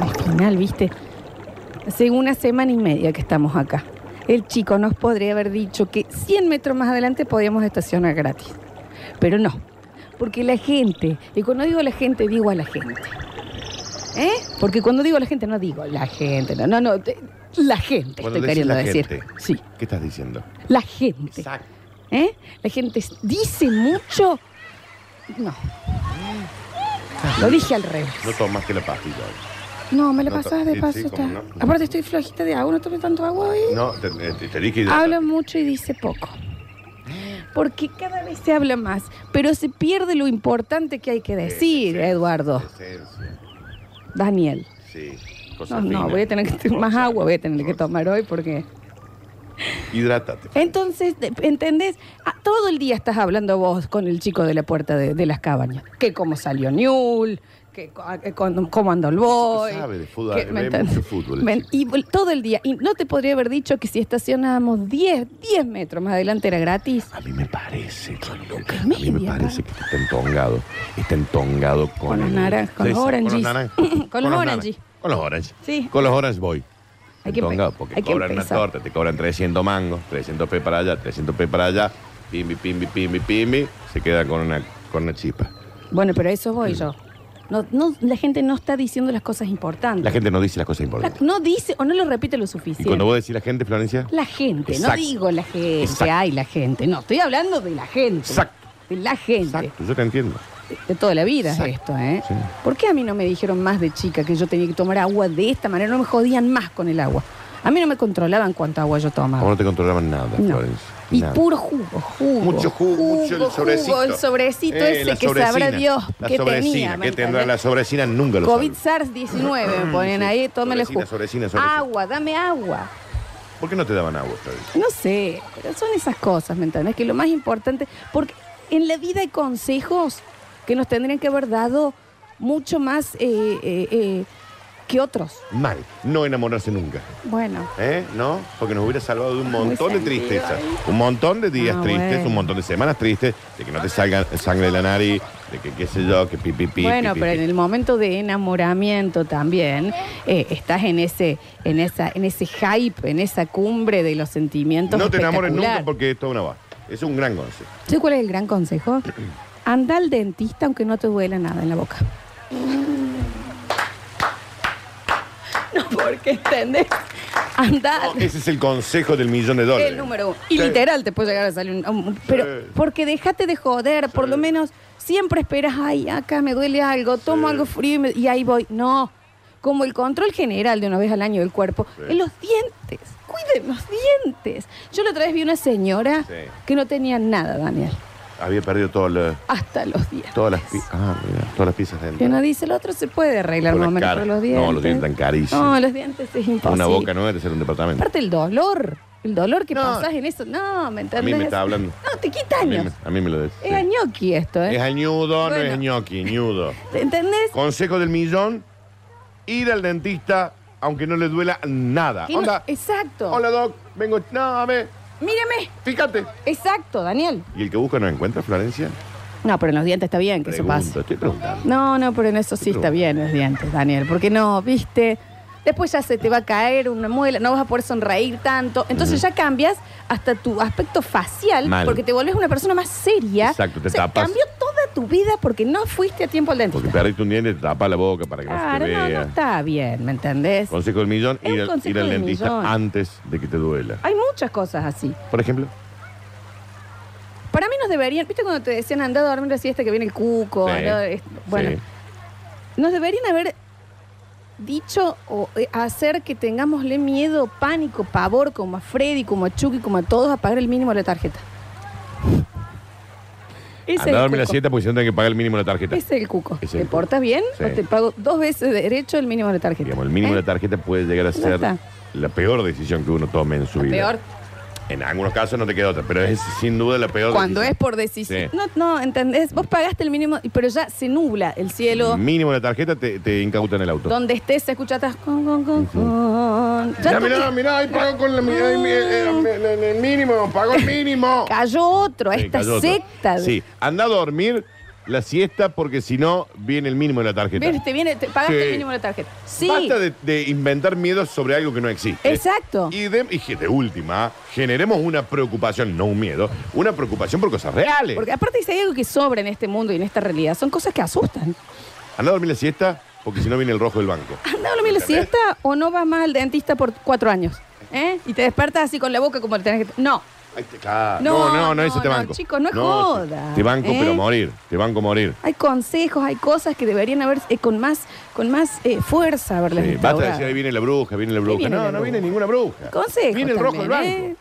Al final, viste, hace una semana y media que estamos acá. El chico nos podría haber dicho que 100 metros más adelante podíamos estacionar gratis. Pero no, porque la gente, y cuando digo la gente, digo a la gente. ¿Eh? Porque cuando digo la gente, no digo la gente, no, no, no, te- la gente Cuando estoy decís queriendo la decir. gente. Sí, ¿Qué estás diciendo? la gente. Exacto. ¿Eh? La gente s- dice mucho. No. Lo dije al revés. No tomas que la pastilla. hoy. No, me la No, pasas sí, de sí, paso. cómo está. no. Aparte estoy flojita de agua, no tomé tanto agua hoy. No, te, eh, te- te dije. Habla mucho y dice poco. Porque cada vez se habla más, pero se pierde lo importante que hay que decir, Eduardo. Esencia. Daniel. Sí. No, cosas no, finas. voy a tener que tomar más agua, voy a tener pues. que tomar hoy porque... Hidrátate. Entonces, de- ¿entendés? Ah, todo el día estás hablando vos con el chico de la puerta de, de las cabañas. Que cómo salió Newell, que co- ah, que cuando- cómo andó el boy. Sabe de fútbol, ¿me ve entendés? mucho fútbol, el Me- chico. y vol- todo el día. Y no te podría haber dicho que si estacionábamos 10, 10 metros más adelante era gratis. A mí me parece. lucas a mí me media, parece que está entongado. Está entongado con. Con los el- naranjas, con Sí, los sí, oranges. naranjas. Con los naranjas. oranges. Con los oranges. Sí. Con los oranges voy. Hay que Entongado, empe- porque hay que cobran una empezar. torta, te cobran 300 mangos, 300 p para allá, 300 p para allá, pimbi, pimbi, pimbi, pimbi, se queda con una, con una chispa. Bueno, pero a eso voy yo. No, no, la gente no está diciendo las cosas importantes. La gente no dice las cosas La- importantes. no dice o no lo repite lo Y suficiente. cuando vos decís la gente, Florencia, La gente, no Exacto. digo la gente, Exacto. ay, la gente, no, estoy hablando de la gente. Exacto. De la gente, exacto, yo te entiendo. de, de toda la vida Exacto. esto, ¿eh? Sí. ¿Por qué a mí no me dijeron más de chica que yo tenía que tomar agua de esta manera? No me jodían más con el agua. A mí no me controlaban cuánta agua yo A tomaba. vos no te controlaban nada, Ah. No. Florencia. Y nada. puro jugo, jugo. Mucho jugo, mucho el sobrecito. jugo, el sobrecito Eh, ese la que sabrá sobrecina, Dios la que sobrecina, tenía. ¿me que tendrá la entendés? sobrecina? Nunca lo COVID sabe. SARS-19 me ponían Sí, ahí, tómale el sobrecina, jugo. sobrecina, sobrecina. Agua, dame agua. ¿Por qué no te daban agua, Florencia? No sé, pero son esas cosas, ¿me entendés? Que lo más importante, porque en la vida hay consejos que nos tendrían que haber dado mucho más eh, eh, eh, que otros. Mal, no enamorarse nunca. Bueno, ¿Eh? ¿No? Porque nos hubiera salvado de un Muy montón de sentido tristezas. ahí. Un montón de días Ah, tristes, bueno. un montón de semanas tristes, de que no te salga sangre de la nariz, de que qué sé yo, que pipi, pipi. bueno, pero en el momento de enamoramiento también eh, estás en ese, en esa, en ese hype, en esa cumbre de los sentimientos. No te enamores espectacular. nunca porque es toda una va. Es un gran consejo. ¿Sabes cuál es el gran consejo? Anda al dentista aunque no te duela nada en la boca. No, porque entendés. Anda. Ese es el consejo del millón de dólares. Ah, el número uno. Y Sí. literal te puede llegar a salir un. un- pero Sí. porque déjate de joder, por Sí. lo menos siempre esperas, ay, acá me duele algo, tomo Sí. algo frío y, me- y ahí voy. No. Como el control general de una vez al año del cuerpo, Sí. en los dientes. Cuiden los dientes. Yo la otra vez vi una señora Sí. que no tenía nada, Daniel Había perdido todo lo- hasta los dientes. todas las piezas. Ah, mira, todas las piezas Que dentro. uno dice, el otro se puede arreglar Con más o las menos, caras. pero los dientes. No, los dientes están carísimos. No, los dientes es imposible. Una boca no era ser un departamento. Aparte el dolor, el dolor que No. pasás en eso. No, ¿me A entendés? mí me está hablando. No, te quita A mí, años. me- a mí me lo decís. Es añoqui esto, Es ¿eh? añudo, no Bueno. es ñoqui, ñudo. ¿Te ¿Entendés? Consejo del millón, ir al dentista aunque no le duela nada. Que no- Onda, Exacto. hola doc, vengo, no, a ver, Míreme. fíjate. Exacto, Daniel. ¿Y el que busca no encuentra, Florencia? No, pero en los dientes está bien que Pregunto, eso pase. estoy preguntando. No, no, pero en eso sí Pero- está bien los dientes, Daniel. Porque no, viste. Después ya se te va a caer una muela, no vas a poder sonreír tanto. Entonces ya cambias hasta tu aspecto facial, Mal. porque te volvés una persona más seria. Exacto, te O sea, tapas. Cambió toda tu vida porque no fuiste a tiempo al Porque dentista. perdiste un diente, te tapa la boca para que no Claro, se te no, no vea. está bien, ¿me entendés? Consejo del millón, Es un ir al, consejo ir al del dentista millón. antes de que te duela. Hay muchas cosas así. Por ejemplo, Para mí nos deberían, viste cuando te decían andá a dormir la siesta que viene el cuco, Sí. andá a- es- bueno, sí. Nos deberían haber dicho o eh, hacer que tengámosle miedo, pánico, pavor, como a Freddy, como a Chucky, como a todos, a pagar el mínimo de la tarjeta. Ese Andá a es, el darme la cuco. siete porque si no tenés que pagar el mínimo de la tarjeta. Ese es el cuco. Ese es ¿Te el cuco. portas bien? Sí. O te pago dos veces de derecho el mínimo de la tarjeta. ¿Eh? Digamos, el mínimo de la tarjeta puede llegar a Ya ser está. la peor decisión que uno tome en su vida. Peor. En algunos casos no te queda otra, pero es sin duda la peor Cuando es decisión. por decisión. Sí. No, no, ¿entendés? Vos pagaste el mínimo, pero ya se nubla el cielo. Mínimo de la tarjeta te, te incautan el auto. Donde estés, se escucha atrás. Con, con, con, con. Ya Ya, te- mirá, mirá, ahí pago con la- mirá, ahí, eh, eh, eh, el mínimo, pago el mínimo. Cayó otro, Sí, esta cayó otro. secta. de- Sí, anda a dormir la siesta porque si no, viene el mínimo de la tarjeta. Ves, te viene, te pagaste Sí. el mínimo de la tarjeta. Sí. Basta de, de inventar miedos sobre algo que no existe. Exacto. Y de, y de última, generemos una preocupación, no un miedo, una preocupación por cosas reales. Porque aparte si hay algo que sobra en este mundo y en esta realidad, son cosas que asustan. Andá a dormir la siesta porque si no viene el rojo del banco. Anda a dormir la ¿Entendés? siesta o no vas más al dentista por cuatro años. ¿eh? Y te despertas así con la boca como le tenés que... No. Ay, te- claro. No, No, no, no, no, eso te no, banco. chicos, no es te- joda, Te banco, ¿eh? pero morir. Te banco morir. Hay consejos, hay cosas que deberían haber eh, con más, con más eh, fuerza haberlas Sí, basta de instaurado. decir, ahí viene la bruja, viene la bruja. viene no, la no bruja? viene ninguna bruja. Consejos Viene el rojo del banco. también, ¿eh?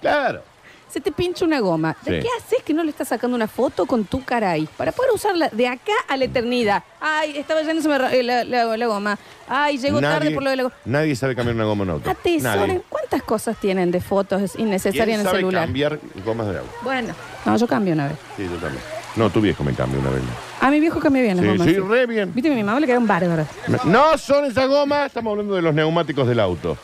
Claro. Se te pincha una goma. ¿De Sí. qué haces que no le estás sacando una foto con tu caray? Para poder usarla de acá a la eternidad. Ay, estaba yéndose me ra- eh, la, la- la goma. Ay, llego tarde por lo de la goma. nadie sabe cambiar una goma en auto. Atesoren. Nadie. ¿Cuántas cosas tienen de fotos ¿Quién innecesarias en el sabe celular? cambiar gomas de agua? Bueno. No, yo cambio una vez. Sí, yo también. No, tu viejo me cambió una vez. A mi viejo cambió bien las Sí, gomas. sí, re bien. Viste, mi mamá le quedaron bárbaras. No son esas gomas, estamos hablando de los neumáticos del auto.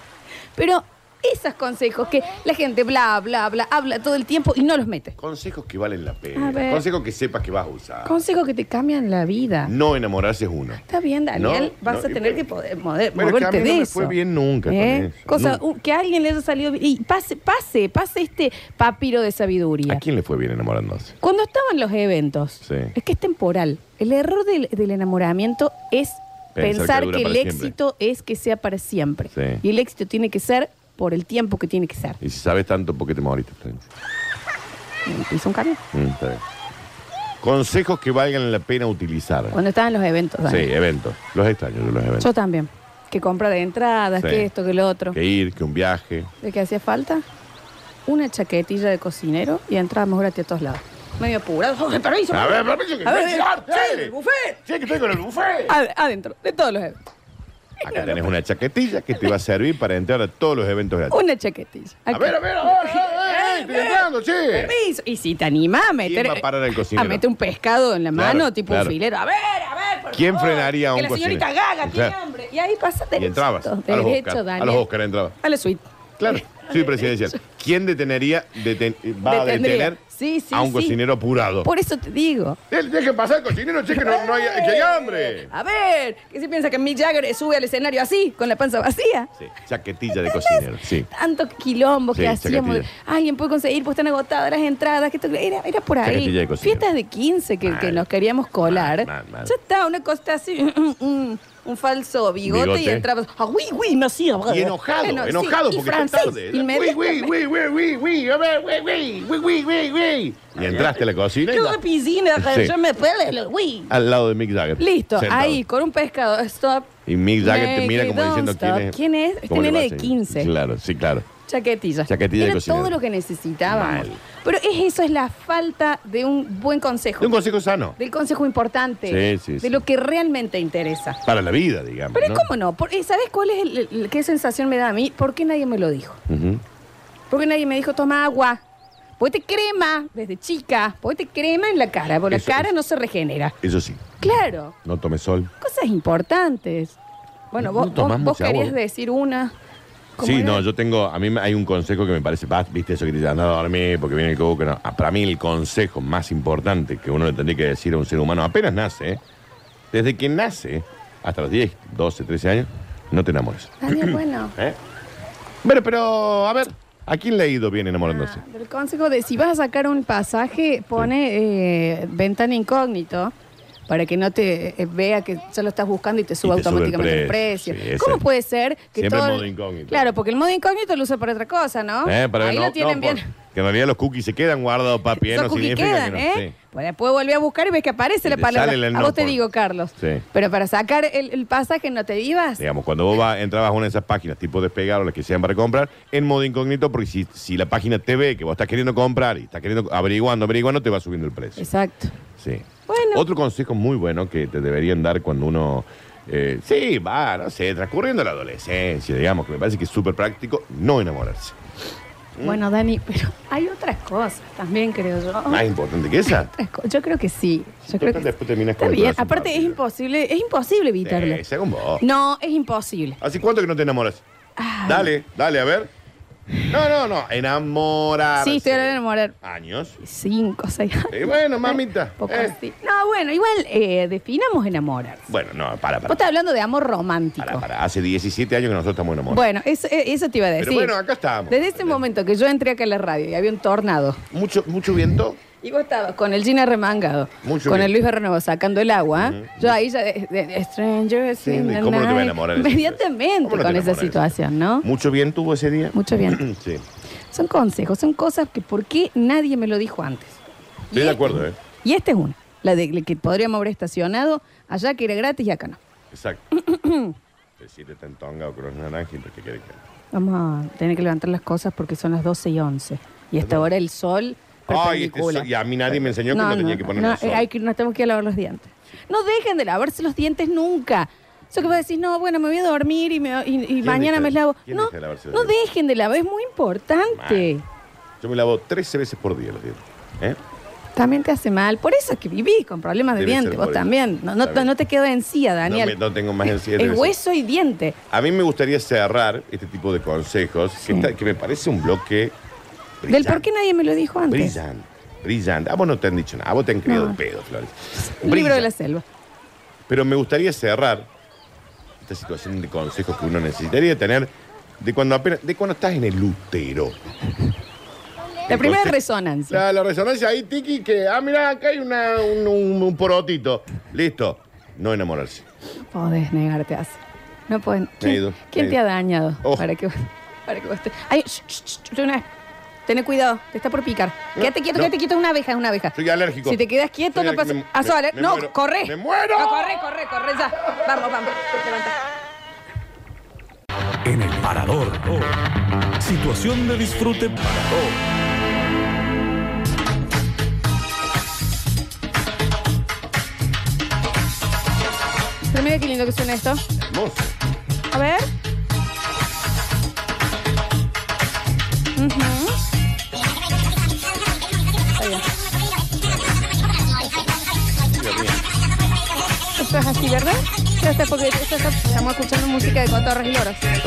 Pero esos consejos que la gente bla, bla, bla, habla todo el tiempo y no los mete. Consejos que valen la A pena. ver. Consejos que sepas que vas a usar. Consejos que te cambian la vida. no enamorarse es uno. Está bien, Daniel. No, vas no, a y tener bueno. que poder mover- Bueno, es que a moverte mí no de me eso. fue bien nunca con eso, Cosa, nunca. uh, que a alguien le haya salido bien. Y pase, pase, pase este papiro de sabiduría. ¿A quién le fue bien enamorándose? Cuando estaban los eventos, Sí. es que es temporal. El error del, del enamoramiento es Pensar pensar que dura que, el para siempre. éxito es que sea para siempre. Sí. Y el éxito tiene que ser por el tiempo que tiene que ser. Y si sabes tanto, ¿por qué te moriste, Florencia? Hizo un cambio. Mm, está bien. Consejos que valgan la pena utilizar. Cuando estaban los eventos, Sí, Daniel. eventos. Los extraños de los eventos. Yo también. Que compra de entradas, Sí. que esto, que lo otro. Que ir, que un viaje. ¿De qué hacía falta? Una chaquetilla de cocinero y entrábamos gratis a todos lados. Medio apurado. ¡Oh, permiso! A ver, permiso que A ver, me- sí, dale. el buffet. Sí, que estoy con el buffet. Ad- adentro, de todos los eventos. Acá tenés una chaquetilla que te va a servir para entrar a todos los eventos gratis. Una chaquetilla. A ver, a ver, a ver, a ver, estoy entrando, che. Permiso. Y si te animás a meter. ¿Quién va a parar al cocinero? A meter un pescado en la Claro, mano, tipo claro. un filero. A ver, a ver. por ¿Quién favor, frenaría a que un la señorita cocinero? Claro. Gaga tiene hambre. Y ahí pasa Y entrabas. A los Derecho, Oscar, Daniel. a los Oscar entrabas. A la suite. Claro, soy presidencial. ¿Quién detenería, deten- va a Detendría. detener Sí, sí, a un sí. cocinero apurado? Por eso te digo. Dejen pasar, cocinero, che, que no, no hay, que hay hambre. A ver, ¿qué se piensa que Mick Jagger sube al escenario así, con la panza vacía? Sí, chaquetilla de cocinero, sí. Tanto quilombo que Sí, hacíamos. chaquetilla. Alguien puede conseguir, pues están agotadas las entradas. Que esto- era, era por ahí. Chaquetilla de cocinero. Fiestas de 15 que, que Mal. nos queríamos colar. Mal, mal, mal. Ya está, una cosa así, un, un falso bigote, Bigote. y entrabas. ¡Ah, uy, uy! Me hacía. Y enojado, Eno- sí, enojado y porque francés, está tarde. inmediatamente. Uy, uy, uy, uy, uy, uy, a ver, uy, uy, uy, uy, uy, uy. Ah, Y entraste a la cocina y Yo de piscina, Sí. yo me pele, lo- uy. al lado de Mick Jagger. Listo, sentado. ahí, con un pescado. Stop. Y Mick Jagger te Make mira it como don't diciendo stop. quién es. ¿Quién es? Este ¿Cómo le nene va a de decir? 15. Claro, sí, claro. Chaquetilla. Chaquetilla de Era cocinero. todo lo que necesitábamos. Mal. Pero es eso, es la falta de un buen consejo. De un consejo sano. del consejo importante. Sí, sí, De sí. lo que realmente interesa. Para la vida, digamos. Pero ¿no? ¿cómo no? Por- eh, ¿Sabes cuál es el- el- qué sensación me da a mí? ¿Por qué nadie me lo dijo? Ujú. ¿Por qué nadie me dijo toma agua? Porque te crema desde chica. Porque te crema en la cara. Porque Eso la cara es. no se regenera. Eso sí, Claro, no tome sol. cosas importantes. Bueno, No vos, vos- tomás vos mucha agua, querías vos. decir una. ¿Cómo Sí, era? no, yo tengo, a mí me- hay un consejo que me parece, vas, viste eso que te dicen, anda a dormir porque viene el coco, no. Ah, Para mí el consejo más importante que uno le tendría que decir a un ser humano apenas nace, ¿eh? desde que nace hasta los 10, 12, 13 años, no te enamores. Daniel, bueno. ¿eh? Bueno, pero a ver, ¿a quién le ha ido bien enamorándose? Ah, pero el consejo de si vas a sacar un pasaje, pone eh, ventana incógnito para que no te eh, vea que ya lo estás buscando y te suba Y te sube el automáticamente el precio. precio. Sí, ese. ¿Cómo puede ser que Siempre todo en modo incógnito. Claro, porque el modo incógnito lo usa para otra cosa, ¿no? ¿Eh? Para Ah, Ahí no- lo tienen no, bien. por- que en realidad los cookies se quedan guardados, papi. ¿eh? Esos No cookies significa quedan, que no. ¿eh? Pues después volví a buscar y ves que aparece Y la te palabra. sale la a no vos te por- digo, Carlos. Sí. Pero para sacar el, el pasaje no te ibas. Sí. Digamos, cuando vos vas- entrabas a una de esas páginas, tipo despegar o las que sean para comprar, en modo incógnito, porque si, si la página te ve que vos estás queriendo comprar y estás queriendo averiguando, averiguando, te va subiendo el precio. Exacto. Sí. Bueno. Otro consejo muy bueno que te deberían dar cuando uno. eh, sí, va, no sé, transcurriendo la adolescencia, digamos, que me parece que es súper práctico, no enamorarse. Bueno, Dani, pero hay otras cosas también, creo yo. Más importante que esa. Otras co- Yo creo que sí. Yo creo Total, que después terminas Está con el bien. corazón Aparte, es partido. imposible, es imposible evitarlo. Sí, según vos. No, es imposible. ¿Hace cuánto que no te enamoras? Ay. Dale, dale, a ver. No, no, no. Enamorarse. Sí, estoy ahora enamorada. Años. Cinco, seis años. Y bueno, mamita. Poco eh. así. No, bueno, igual eh, definamos enamorarse. Bueno, no, para, Vos para. estás hablando de amor romántico. Para, para. Hace 17 años que nosotros estamos enamorados. Bueno, eso, eh, eso te iba a decir. Pero bueno, acá estamos. Desde ese momento que yo entré acá a la radio y había un tornado. Mucho, mucho viento. Y vos estabas con el Gina remangado, Mucho con bien. el Luis Barrenovo sacando el agua. Yo ahí ya. de- de- Strangers Sí, in ¿y the cómo no te va a night. enamorar ese- Inmediatamente ¿Cómo no te con esa enamora ese? situación, ¿no? Mucho viento hubo ese día. Mucho bien. Sí. Son consejos, son cosas que por qué nadie me lo dijo antes. Estoy de acuerdo, ¿eh? Y esta es una, la de la que podríamos haber estacionado allá que era gratis y acá no. Exacto. Decirle tan tonga o cruz naranjita que quede claro. Vamos a tener que levantar las cosas porque son las 12 y 11. Y hasta ahora el sol. Ay, este perpendicula. sol- y a mí nadie me enseñó que no, tenía que ponerme no, el sol. eh, hay que- nos tenemos que ir a lavar los dientes. No dejen de lavarse los dientes nunca. Eso que vos decís, no, bueno, me voy a dormir y, me- y- y mañana deja- me lavo. quién No, deja de lavarse los no dientes? dejen de lavar, es muy importante. Yo me lavo 13 veces por día los dientes. ¿eh? También te hace mal. Por eso es que vivís con problemas de Debe ser dientes, vos por eso. también. No, no, Está bien. no te queda encía, No, Daniel. me- no tengo más en siete es veces. hueso y diente. A mí me gustaría cerrar este tipo de consejos, que, Sí. está- que me parece un bloque Del por qué nadie me lo dijo antes. Brillante, brillante. A vos no te han dicho nada, a vos te han criado No. el pedo, Flores. El libro de la Brillante. selva. Pero me gustaría cerrar esta situación de consejos que uno necesitaría tener de cuando apenas, de cuando estás en el útero. La El primera conse- resonancia. La, la resonancia ahí, Tiki, que, ah, mira, acá hay una- un, un- un porotito. Listo. No enamorarse. No podés negarte a hacer. No pueden. Me he ¿Quién, ido, me quién he te ido. Oh. ha dañado? Ojo. Para que, para que vos te... Ay, sh- sh- sh- una vez. Tené cuidado, te está por picar. No, quédate quieto, no. quédate quieto, es una abeja, es una abeja. Soy alérgico. Si te quedas quieto, Soy no pasa. alérgico. Me- Ah, sos me- alérgico. me no, muero. corre. ¡Me muero! No, corre, corre, corre, ya. Vamos, vamos. Levanta. En el parador. Situación de disfrute para todos. Pero mira qué lindo que suena esto. Hermoso. A ver. Ujú. Está bien. Esto es así, ¿verdad? Ya está, porque esto está- estamos escuchando música de cotorras y loros. A ver.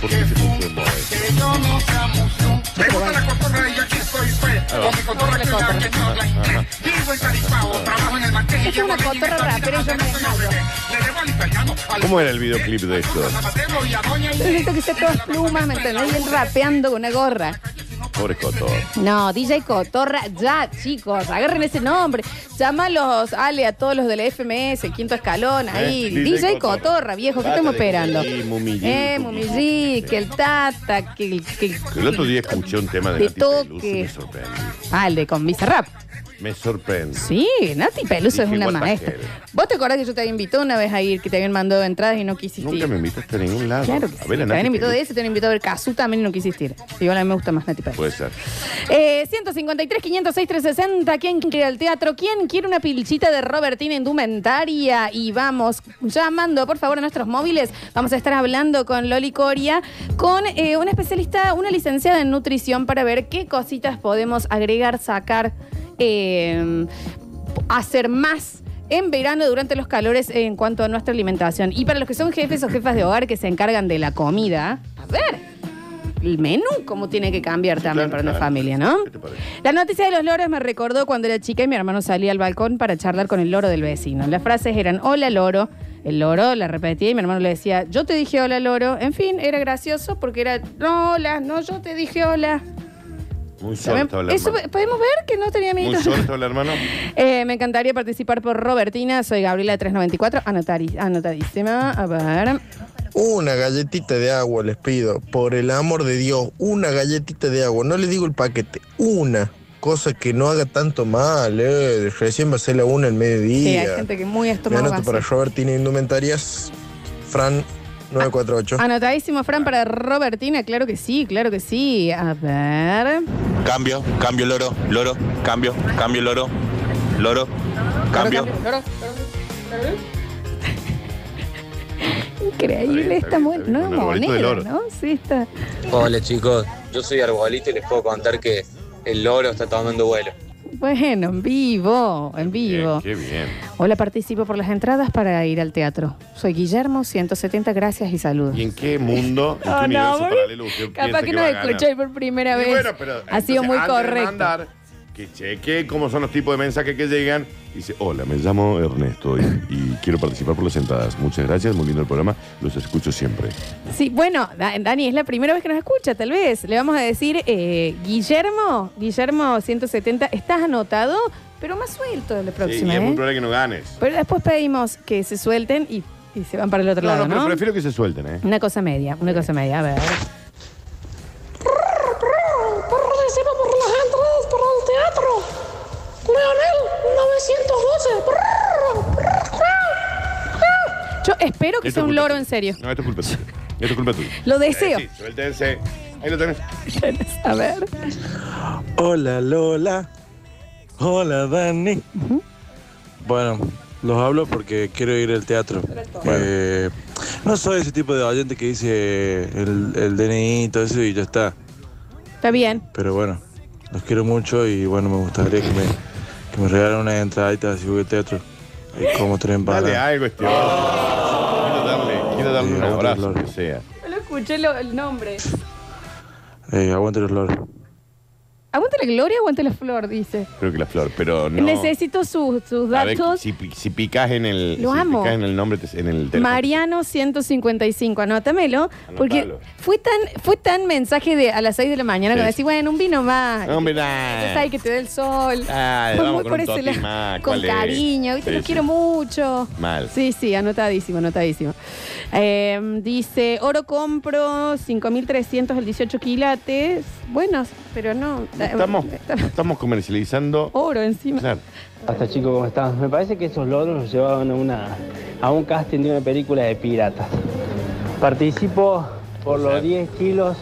¿Por qué se puso de moda eso? Me gusta la cotorra y aquí estoy fe. Con mi cotorra que ya que no la entré. Vivo en Caripago, trabajo en el marqués. Esta es una cotorra rapera y yo me desmayo. Le debo al italiano, al ¿Cómo era el videoclip de esto? zapatero y a doña Yo necesito que sea todas plumas, ¿me entendés? Y él rapeando con una gorra. Pobre Cotor. No, DJ Cotorra, ya, chicos, agarren ese nombre. Llámalos, Ale, a todos los del FMS, quinto escalón, ahí. Eh, DJ, DJ Cotorra, Cotorra, viejo, ¿qué Basta de estamos esperando? Mumillí, Mumillí, eh, Mumillí. Mumillí, que el Tata, que el... Que, El otro día escuché un tema de Te Nati Peluso y toque. me sorprendí. Ah, el de con Bizarrap. Me sorprendí. Sí, Nati Peluso es Dije, una what the maestra. hell. ¿Vos te acordás que yo te había invitado una vez a ir, que te habían mandado entradas y no quisiste Nunca ir? me invitaste a ningún lado. Claro que sí. a ver, Te a Nati habían invitado de Peluso. ese, te habían invitado a ver Cazú también y no quisiste ir. Igual a mí me gusta más Nati Peluso. Puede ser. Eh, 153, 506, 360. ¿Quién quiere al teatro? ¿Quién quiere una pilchita de Robertina Indumentaria? Y vamos llamando, por favor, a nuestros móviles. Vamos a estar hablando con Loli Coria, con eh, una especialista, una licenciada en nutrición, para ver qué cositas podemos agregar, sacar, eh, hacer más. En verano, durante los calores, en cuanto a nuestra alimentación. Y para los que son jefes o jefas de hogar que se encargan de la comida, a ver, el menú, cómo tiene que cambiar también claro, para una claro. familia, ¿no? ¿Qué te parece? La noticia de los loros me recordó cuando era chica y mi hermano salía al balcón para charlar con el loro del vecino. Las frases eran hola loro, el loro la repetía y mi hermano le decía yo te dije hola loro. En fin, era gracioso porque era no hola, no yo te dije hola. Muy solo estaba el Eso hermano. podemos ver que no tenía Muy miedo. solo estaba el hermano. Eh, me encantaría participar por Robertina, soy Gabriela de 394, Anotari- anotadísima. A ver. Una galletita de agua les pido, por el amor de Dios, una galletita de agua. No le digo el paquete, una. Cosa que no haga tanto mal, eh. Recién va a ser la una al Sí, Eh, hay mediodía. gente que muy eh, Me estómago anoto vacío. para Robert tiene indumentarias. Fran 948. Anotadísimo, Fran, para Robertina, claro que sí, claro que sí. A ver. Cambio, cambio loro, loro, cambio, cambio loro, loro, cambio. Increíble, Está está bien, muy está bien, está bien. nueva Un arbolito del moneda, oro. ¿no? Sí, está. Hola chicos, yo soy arbolito y les puedo contar que el loro está tomando vuelo. Bueno, en vivo, en vivo. Bien, qué bien. Hola, participo por las entradas para ir al teatro. Soy Guillermo, 170, gracias y saludos. ¿Y en qué mundo, en qué Ah, universo No, no, porque- paralelo usted piensa Capaz que nos va a ganar? escucháis por primera Y vez. bueno, pero ha sido entonces, muy antes de correcto. mandar, que cheque cómo son los tipos de mensajes que llegan. Dice, hola, me llamo Ernesto y, y quiero participar por las entradas. Muchas gracias, muy lindo el programa, los escucho siempre. Sí, bueno, Da- Dani, es la primera vez que nos escucha, tal vez. Le vamos a decir, eh, Guillermo, Guillermo 170, estás anotado, pero más suelto la Sí, y próxima. es muy ¿eh? probable que no ganes. Pero después pedimos que se suelten y, y se van para el otro No, no, lado, pero ¿no? prefiero que se suelten, ¿eh? Una cosa media, una cosa media, a ver. participa por las entradas para el teatro. Leonel, 912. Yo espero que Esto es sea un culpa loro tuya. en serio. No, esto es culpa tuya. Esto es culpa tuya. Lo deseo. Eh, sí, suéltense. Ahí lo tenés. A ver. Hola Lola. Hola Dani. Bueno, los hablo porque quiero ir al teatro. Eh, no soy ese tipo de oyente que dice el, el DNI y todo eso y ya está. Está bien. Pero bueno, los quiero mucho y bueno, me gustaría que me, que me regalaran una entradita así voy al teatro. Y como tren Dale para. algo, este hombre. Quiero darle, quiero darle un Sí, aguante el abrazo, loro. que sea. No lo escuché lo- el nombre. Eh, aguante los loros. Aguante la gloria, aguante la flor, dice. Creo que la flor, pero no. Necesito sus, sus A ver, datos. si, pi- si picas en el. Lo si amo. picas en el nombre, te- en el teléfono. Mariano 155, anótamelo, porque Anótalo. fue tan, fue tan mensaje de a las 6 de la mañana Sí. cuando decís, bueno, un vino más. Hombre, Ya nah. sabes que te dé el sol. Ah, Fue vamos muy con por un ese totis lado, más, Con ¿cuál es? cariño, ¿viste? Sí, Los sí. quiero mucho. Mal. Sí, sí, anotadísimo, anotadísimo. Eh, dice, oro compro 5.300 el 18 quilates. Buenos, pero no. eh, Estamos, estamos comercializando. Oro encima. Claro. Hasta chicos, ¿cómo están? Me parece que esos loros los llevaban a, una, a un casting de una película de piratas. Participo por los 10 kilos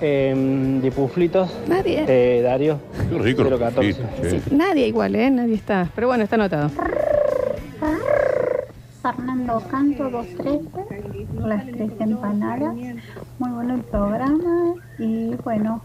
em, de puflitos. Nadie. Eh, Darío, Qué rico. Pero 14. Sí, Sí, sí. nadie igual, ¿eh? Nadie está. Pero bueno, está anotado. Fernando Canto, 23, las tres empanadas. Muy bueno el programa y bueno,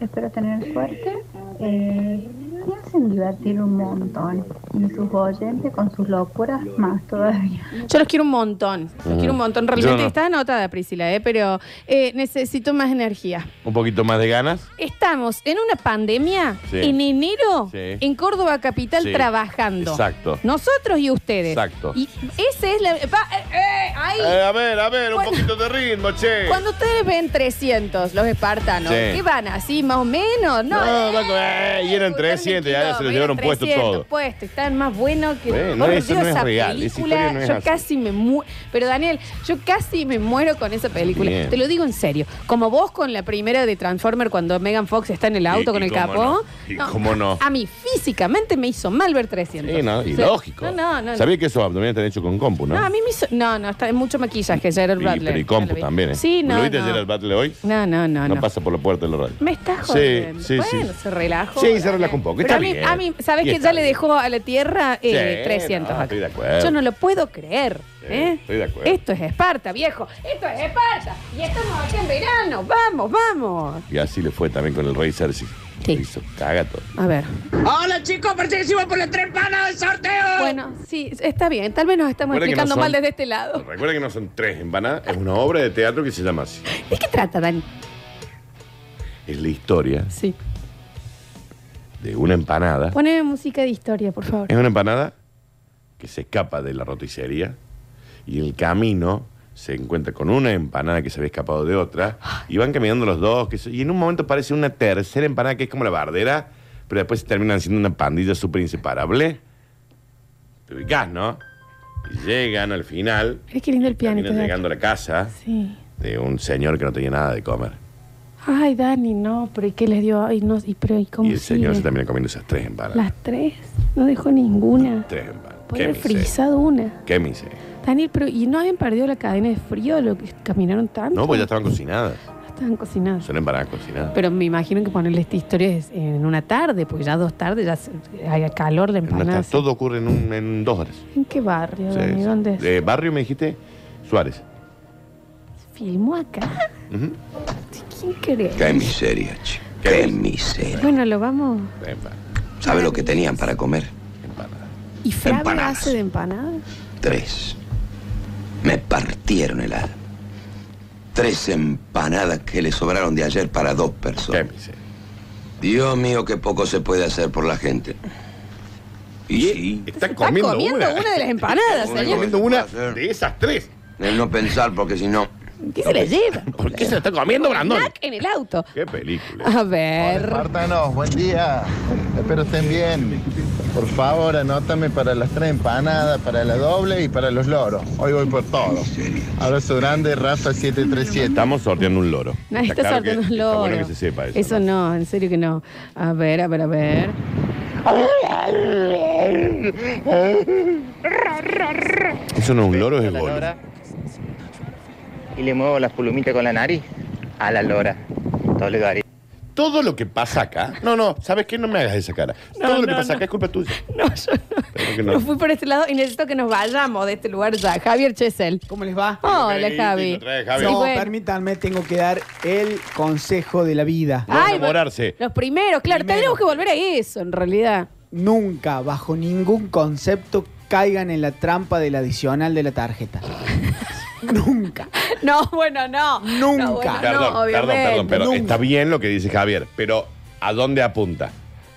espero tener suerte. Eh, me hacen divertir un montón y sus oyentes con sus locuras más todavía. Yo los quiero un montón. Los quiero un montón. Realmente Yo no. está anotada, Priscila, ¿eh? Pero eh, necesito más energía. Un poquito más de ganas. Estamos en una pandemia Sí. en enero Sí. en Córdoba Capital Sí. trabajando. Exacto. Nosotros y ustedes. Exacto. Y esa es la. pa- eh, eh, ahí. Eh, a ver, a ver, un Cuando- poquito de ritmo, che. Cuando ustedes ven 300, los espartanos, Sí. ¿qué van? ¿Así más o menos? No, No, loco, eh, y eran Están 300, ya equivocados, se lo eran llevaron puesto 300 todo. puesto, están más buenos que... Eh, no, Por eso Dios, no es esa real, esa película, historia no es yo así. casi me muero... Pero Daniel, yo casi me muero con esa película. Bien. Te lo digo en serio. Como vos con la primera de Transformer cuando Megan Fox está en el auto y con el cómo capó. no, y cómo no. A mí físicamente me hizo mal ver 300. Sí, no, y O sea, lógico. No, no, no. Sabía que esos abdominales están hechos con compu, ¿no? No, a mí me hizo... No, no, está mucho maquillaje Gerard Y- Butler. pero y Ya lo compu vi. también, ¿eh? Sí, no, ¿Lo viste no. ayer al Butler hoy? No, no, no, No, no. pasa por la puerta de la radio. Me estás Sí, jodiendo. sí, sí. bueno, se relajó. Sí, se relaja un poco, Pero está a mí, bien. a mí, ¿sabes Y que está Ya le bien. dejó a la tierra eh, Sí, 300 no, acá. estoy de acuerdo. Yo no lo puedo creer. Sí, ¿eh? estoy de acuerdo. Esto es Esparta, viejo. Esto es Esparta. Y estamos acá en verano. Vamos, vamos. Y así le fue también con el Rey Cersei. Sí. Le hizo cagato. A ver. Hola chicos, participo por las tres panas del sorteo. Bueno, sí, está bien. Tal vez nos estamos Recuerda que explicando no son- mal desde este lado. Recuerda que no son tres empanadas, es una obra de teatro que se llama así. ¿De qué trata, Dani? Es la historia Sí. de una empanada. Poneme música de historia, por favor. Es una empanada que se escapa de la roticería y en el camino se encuentra con una empanada que se había escapado de otra y van caminando los dos que se- y en un momento parece una tercera empanada que es como la bardera, pero después se terminan siendo una pandilla súper inseparable. Te ubicás, ¿no? Y llegan al final, Es que lindo el pianito. terminan Dani. llegando a la casa Sí. de un señor que no tenía nada de comer. Ay, Dani, no, pero ¿y qué les dio? Ay, no, y, pero, ¿y cómo Y el señor se sigue? termina comiendo esas tres empanadas. Las tres, no dejó ninguna. Tres empanadas. Por Qué haber miseria. frizado una. Qué miseria. Daniel, pero ¿y no habían perdido la cadena de frío lo que caminaron tanto? No, pues ya estaban cocinadas. Estaban cocinados. Son empanadas cocinadas. Pero me imagino que ponerle esta historia es en una tarde, porque ya dos tardes ya se- hay calor de En una empanadas. ta- todo ocurre en, un- en dos horas. ¿En qué barrio, Sí, Dani? sí. ¿Dónde es? Eh, barrio me dijiste Suárez. ¿Filmó acá? Ujú. ¿Quién cree? Qué miseria, chico. Qué miseria. Bueno, lo vamos. Empa- ¿Sabe lo que tenían para comer? ¿Y Flavio Empanadas. hace de empanadas? Tres. Me partieron el alma. Tres empanadas que le sobraron de ayer para dos personas. Dios mío, qué poco se puede hacer por la gente. Y sí. Está comiendo comiendo una. una de las empanadas, Está señor. comiendo una de esas tres. El no pensar, porque si no. ¿Qué se le lleva? ¿Por qué se la está comiendo, Snack en el auto. Qué película. A ver. Espartanos, buen día. Espero estén bien. Por favor, anótame para las tres empanadas, para la doble y para los loros. Hoy voy por todo. Abrazo grande, Rafa 737. Estamos sorteando un loro. No, está sorteando que- un Está loro. bueno que se sepa eso. Eso no, en serio que no. A ver, a ver, a ver. Eso no es un loro, es el gol. Y le muevo las pulumitas con la nariz a la lora. Todo le daré. Todo lo que pasa acá. No, no, ¿sabes qué? No me hagas esa cara. No, Todo lo que no, pasa no. acá es culpa tuya. No, yo Claro que no. no fui por este lado y necesito que nos vayamos de este lugar ya. Javier Chesel. ¿Cómo les va? Hola, Javi. Sí, No, bueno. permítanme, tengo que dar el consejo de la vida. Ay, Los primeros, claro. Tendríamos que volver a eso, en realidad. Nunca, bajo ningún concepto, caigan en la trampa del adicional de la tarjeta. No, bueno, Ah, no. Nunca. Perdón, perdón, perdón, pero está bien lo que dice Javier, pero ¿a dónde apunta?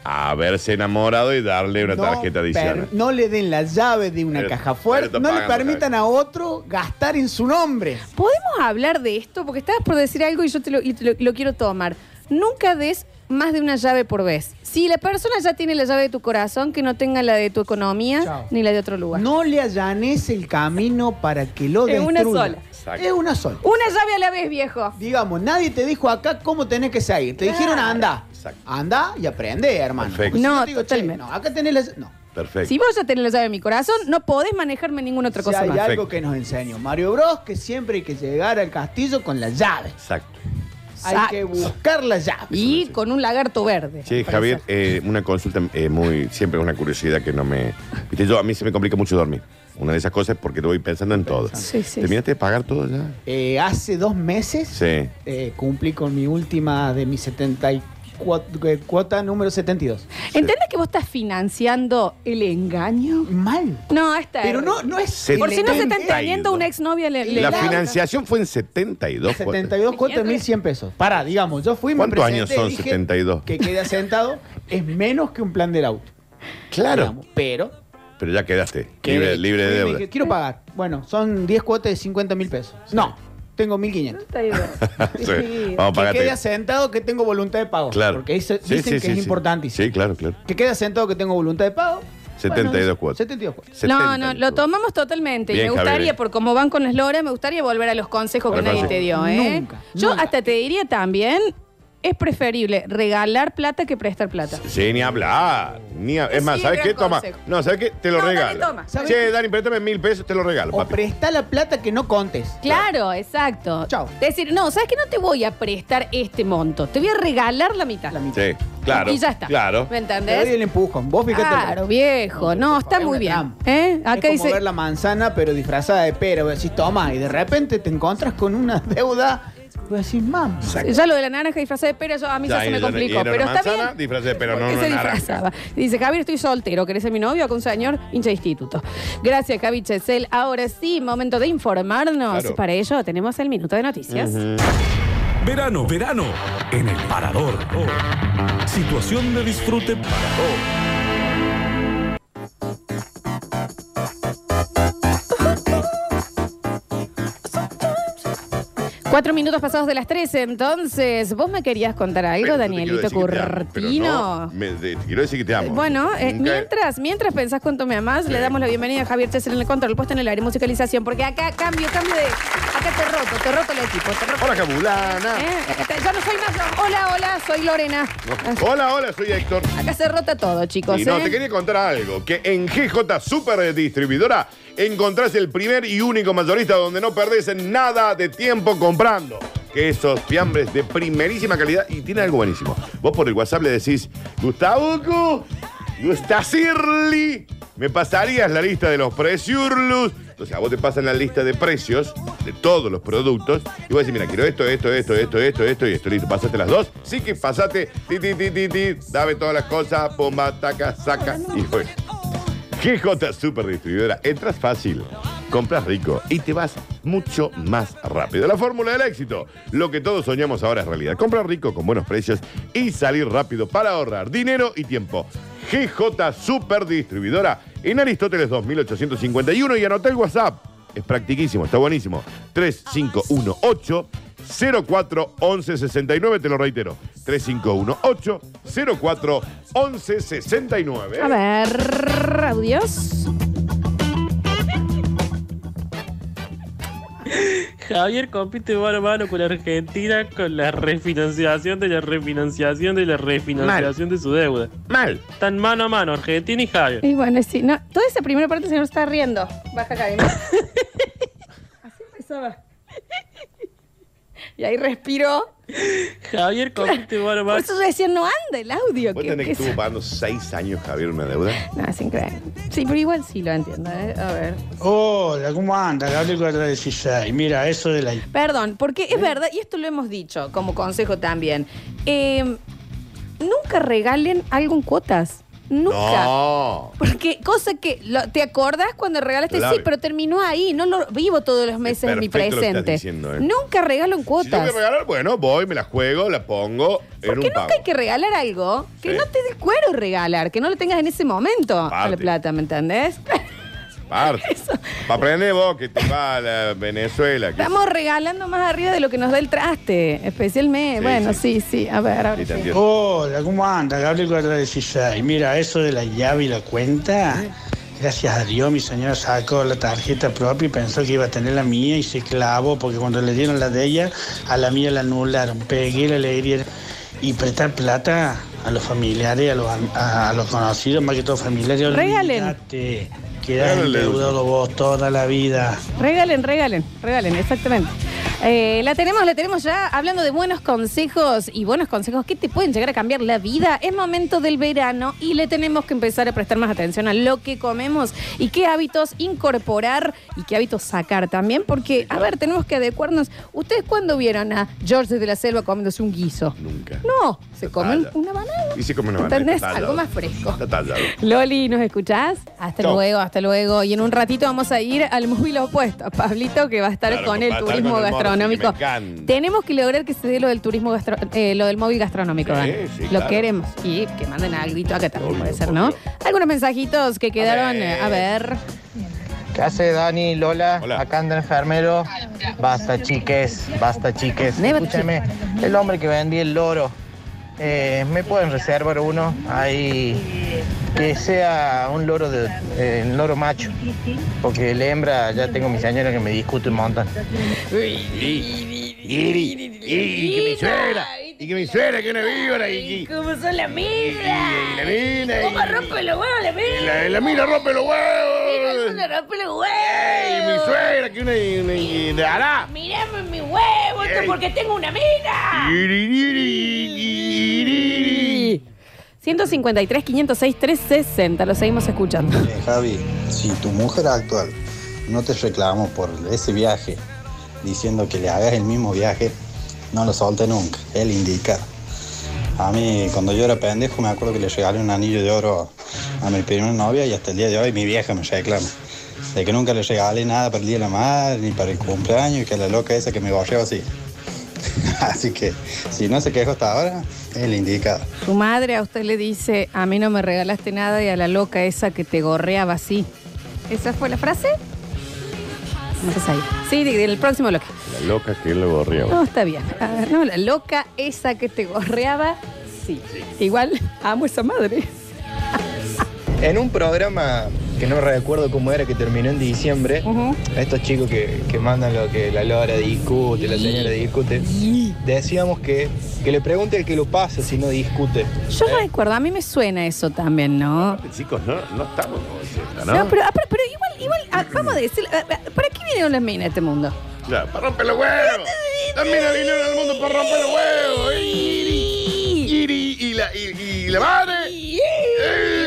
A haberse enamorado y darle una No, tarjeta adicional. per- no le den la llave de una Pero- caja fuerte. pero No le pagando, permitan a otro gastar en su nombre. ¿Podemos hablar de esto? Porque estabas por decir algo y yo te lo, y te lo- lo quiero tomar. Nunca des más de una llave por vez. Si la persona ya tiene la llave de tu corazón, que no tenga la de tu economía ni la de otro lugar. No le allanes el camino para que lo Es una destruya. sola. Es una sola. Una llave a la vez, viejo. Digamos, nadie te dijo acá cómo tenés que salir. Te dijeron Claro. anda. Anda y aprende, hermano. Perfecto. Porque si No, te digo, "Che, no, acá tenés la... No. Perfecto. Si vos ya tenés la llave de mi corazón, no podés manejarme ninguna otra Si cosa hay más. algo que nos enseñó Mario Bros, que siempre hay que llegar al castillo con la llave. Exacto. Hay que buscar la llave. Y con un lagarto verde. Sí, Javier, eh, una consulta eh, muy. Siempre es una curiosidad que no me. Viste, yo a mí se me complica mucho dormir. Una de esas cosas es porque te voy pensando en todo. Sí, sí, ¿Terminaste de pagar todo ya? Eh, hace dos meses Sí. eh, cumplí con mi última de mi 74 eh, cuota número 72. ¿Entendés que vos estás financiando el engaño? Mal. No, está. Pero no- no es- Por si no se está 72. entendiendo una exnovia le, le- La le- financiación fue en 72 cuotas. 72 cuotas, 1100 pesos. Pará, digamos, yo fui me ¿Cuántos presenté, años son dije 72? Que queda sentado es menos que un plan del auto. Claro. Digamos, pero Pero ya quedaste. Libre, libre de me deuda. dije, quiero pagar. Bueno, son 10 cuotas de 50 mil pesos. No, tengo 1500. Sí. Vamos a Que quede pagarte. asentado que tengo voluntad de pago. Claro. Porque eso- Sí, dicen sí, que sí, es sí. importantísimo. Sí, claro, claro. Que quede asentado que tengo voluntad de pago. 72 cuotas. cuotas. 72 cuotas. No, no, lo tomamos totalmente. Bien, y me gustaría, Javier. por cómo van con las loras, me gustaría volver a los consejos que Al nadie consejo. te dio, ¿eh? Nunca, Yo hasta te diría también, es preferible regalar plata que prestar plata. Sí, ni hablar. Ni ha- Es más, Sí, ¿sabes gran qué? Toma. consejo. No, ¿sabes qué? Te lo No, Dani, regalo. toma. ¿Sabes Che, qué? Dani, préstame mil pesos, te lo regalo, O papi. presta la plata que no contes. Claro, exacto. Decir, no, ¿sabes que No te voy a prestar este monto. Te voy a regalar la mitad. Sí, claro. Y ya está. Claro. ¿Me Te doy entendés? el empujón. Vos fíjate. Claro, viejo. No, está muy bien. ¿Eh? Acá es como dice. ver la manzana, pero disfrazada de pera. Vos decís, toma, y de repente te encontras con una deuda. Vos decís, mamá. Ya lo de la naranja disfrazada de pera, yo- a mí ya, Ya, se y me ya no- y complicó. era Pero una está bien. manzana, disfrazé de pero no que una se naranja. disfrazaba. Dice, Javier, estoy soltero. ¿Querés ser mi novio? Con un señor hincha de instituto. Gracias, Javi Chesel. Ahora sí, momento de informarnos. Claro. Para ello tenemos el minuto de noticias. Verano, verano, en el parador. Situación de disfrute para todos. Cuatro minutos pasados de las 13. Entonces, vos me querías contar algo, Pero yo te Danielito quiero decir que te amo, pero Curtino. no, me- de- te quiero decir que te amo. Bueno, eh, Nunca- mientras, mientras pensás cuánto me amás, le damos la bienvenida a Javier Chesel en el control, puesto en el aire, musicalización, porque acá cambio, cambio de. Acá te roto, te roto el equipo, te roto. Hola, Cabulana. Eh, acá- ya no soy más. yo. Hola, hola, soy Lorena. Hola, hola, soy Héctor. Acá se rota todo, chicos. Y no, ¿eh? te quería contar algo, que en GJ Super Distribuidora encontrás el primer y único mayorista donde no perdés nada de tiempo comprando. Quesos, fiambres de primerísima calidad y tiene algo buenísimo. Vos por el WhatsApp le decís, Gustavo, Gu, Gustacirli, me pasarías la lista de los precios. Entonces a vos te pasan la lista de precios de todos los productos y vos decís, mira, quiero esto, esto, esto, esto, esto, esto y esto, listo, pasate las dos. Sí que pasate, ti, ti, ti, ti, ti, dame todas las cosas, pumba, taca, saca y fue. GJ Super Distribuidora, entras fácil, compras rico y te vas mucho más rápido. La fórmula del éxito, lo que todos soñamos ahora es realidad. Comprar rico con buenos precios y salir rápido para ahorrar dinero y tiempo. GJ Super Distribuidora en Aristóteles 2851 y anota el WhatsApp. Es practiquísimo, está buenísimo. 3518 04 1169, te lo reitero. 3518 04 1169. A ver, audios. Javier compite mano a mano con la Argentina con la refinanciación de la refinanciación de la refinanciación de su deuda. Mal. Están mano a mano Argentina y Javier. Y bueno, sí, no, toda esa primera parte el señor está riendo. Baja academia. Así empezaba. Y ahí respiró. Javier compite mano a Por mano. eso yo decía, no anda el audio. ¿Vos que- tenés que que estuvo pagando seis años, Javier, una deuda? No, es increíble. Sí, pero igual sí lo entiendo, ¿eh? A ver. Oh, Hola, ¿cómo anda? Gabriel 416. Mira, eso de la... Perdón, porque ¿Eh? es verdad, y esto lo hemos dicho como consejo también. eh, nunca regalen algo en cuotas. Nunca. No. Porque cosa que lo- te acordás cuando regalaste, Claro. sí, pero terminó ahí, no lo vivo todos los meses en mi perfecto lo que estás presente. diciendo, ¿eh? Nunca regalo en Si tengo cuotas. que regalar, bueno, voy, me la juego, la pongo en un Porque pago. nunca hay que regalar algo que Sí. no te dé cuero regalar, que no lo tengas en ese momento a la plata, ¿me entendés? Parte. Pa' aprender vos que te va a la Venezuela. que- Estamos regalando más arriba de lo que nos da el traste, especialmente. Sí, bueno, sí, sí, a ver, ahora sí. Hola, ¿cómo anda? Gabriel 416. Mira, eso de la llave y la cuenta. Gracias a Dios, mi señora sacó la tarjeta propia y pensó que iba a tener la mía y se clavó porque cuando le dieron la de ella, a la mía la anularon. Pegué la alegría y prestar plata a los familiares, a los, am- a, a los conocidos, más que todo familiares. Regalen. Olvídate, Quedás Regalen. endeudado vos toda la vida. Regalen, regalen, regalen, exactamente. Eh, la tenemos, la tenemos ya. Hablando de buenos consejos y buenos consejos que te pueden llegar a cambiar la vida, es momento del verano y le tenemos que empezar a prestar más atención a lo que comemos y qué hábitos incorporar y qué hábitos sacar también, porque, a ver, tenemos que adecuarnos. ¿Ustedes cuándo vieron a George de la Selva comiéndose un guiso? Nunca. No, se comen talla. una banana. Y si como una banana, ¿Entendés? está tallado. Algo más fresco. Está tallado. Loli, ¿nos escuchás? Hasta Chau. luego, hasta luego. Y en un ratito vamos a ir al móvil opuesto, a Pablito, que va a estar Claro, con va el a estar turismo con el morfi, gastronómico. que me encanta. Tenemos que lograr que se dé lo del turismo gastro- eh, lo del móvil gastronómico. Sí, Dani. sí, lo claro. queremos. Y que manden algo acá también puede ser, ¿no? Algunos mensajitos que quedaron, eh, a ver. ¿Qué hace Dani, Lola? Acá anda el enfermero. Basta, chiques, basta, chiques. Escúchame, el hombre que vendía el loro, eh, ¿me pueden reservar uno? Ahí, que sea un loro, de, eh, un loro macho, porque la hembra, ya tengo mi señora que me discute un montón. Y que mi suegra, y que mi suegra, que una víbora, y, que ¿Cómo son las minas? la mina, y, ¿Cómo rompe los huevos la mina? la, la mina rompe los huevos, ¿Cómo rompe los y mi huevos? suegra, que una, y una, y de hará. Mirame mi huevo, esto es porque tengo una mina. 153, 506, 360. Lo seguimos escuchando. Javi, si tu mujer actual no te reclamó por ese viaje, diciendo que le hagas el mismo viaje, no lo solte nunca, él indica. A mí, cuando yo era pendejo, me acuerdo que le regalé un anillo de oro a mi primera novia y hasta el día de hoy mi vieja me reclama. De que nunca le regalé nada para el Día de la Madre, ni para el cumpleaños, y que la loca esa que me gorreó así. así que, si no se quejó hasta ahora, él indica. Su madre a usted le dice, a mí no me regalaste nada y a la loca esa que te gorreaba así. ¿Esa fue la frase? No sé ahí. Sí, de- del próximo bloque. La loca que él lo No, gorreaba. está bien. Ah, no, la loca esa que te gorreaba, sí. Igual amo esa madre. En un programa que no recuerdo cómo era, que terminó en diciembre, estos chicos que, que mandan lo que la Lora discute, la señora discute, decíamos que, que le pregunte al que lo pasa si no discute. Yo recuerdo, a mí me suena eso también, ¿no? Chicos, no, no estamos como diciendo, No, ¿no? pero, ah, pero- pero igual, igual, ah, vamos a decir, ah, ah, ¿para qué vinieron las minas a este mundo? Ya, para romper los huevos. La mina vinieron al mundo para romper los huevos. Y, y, y, y la, y, y la madre. Y,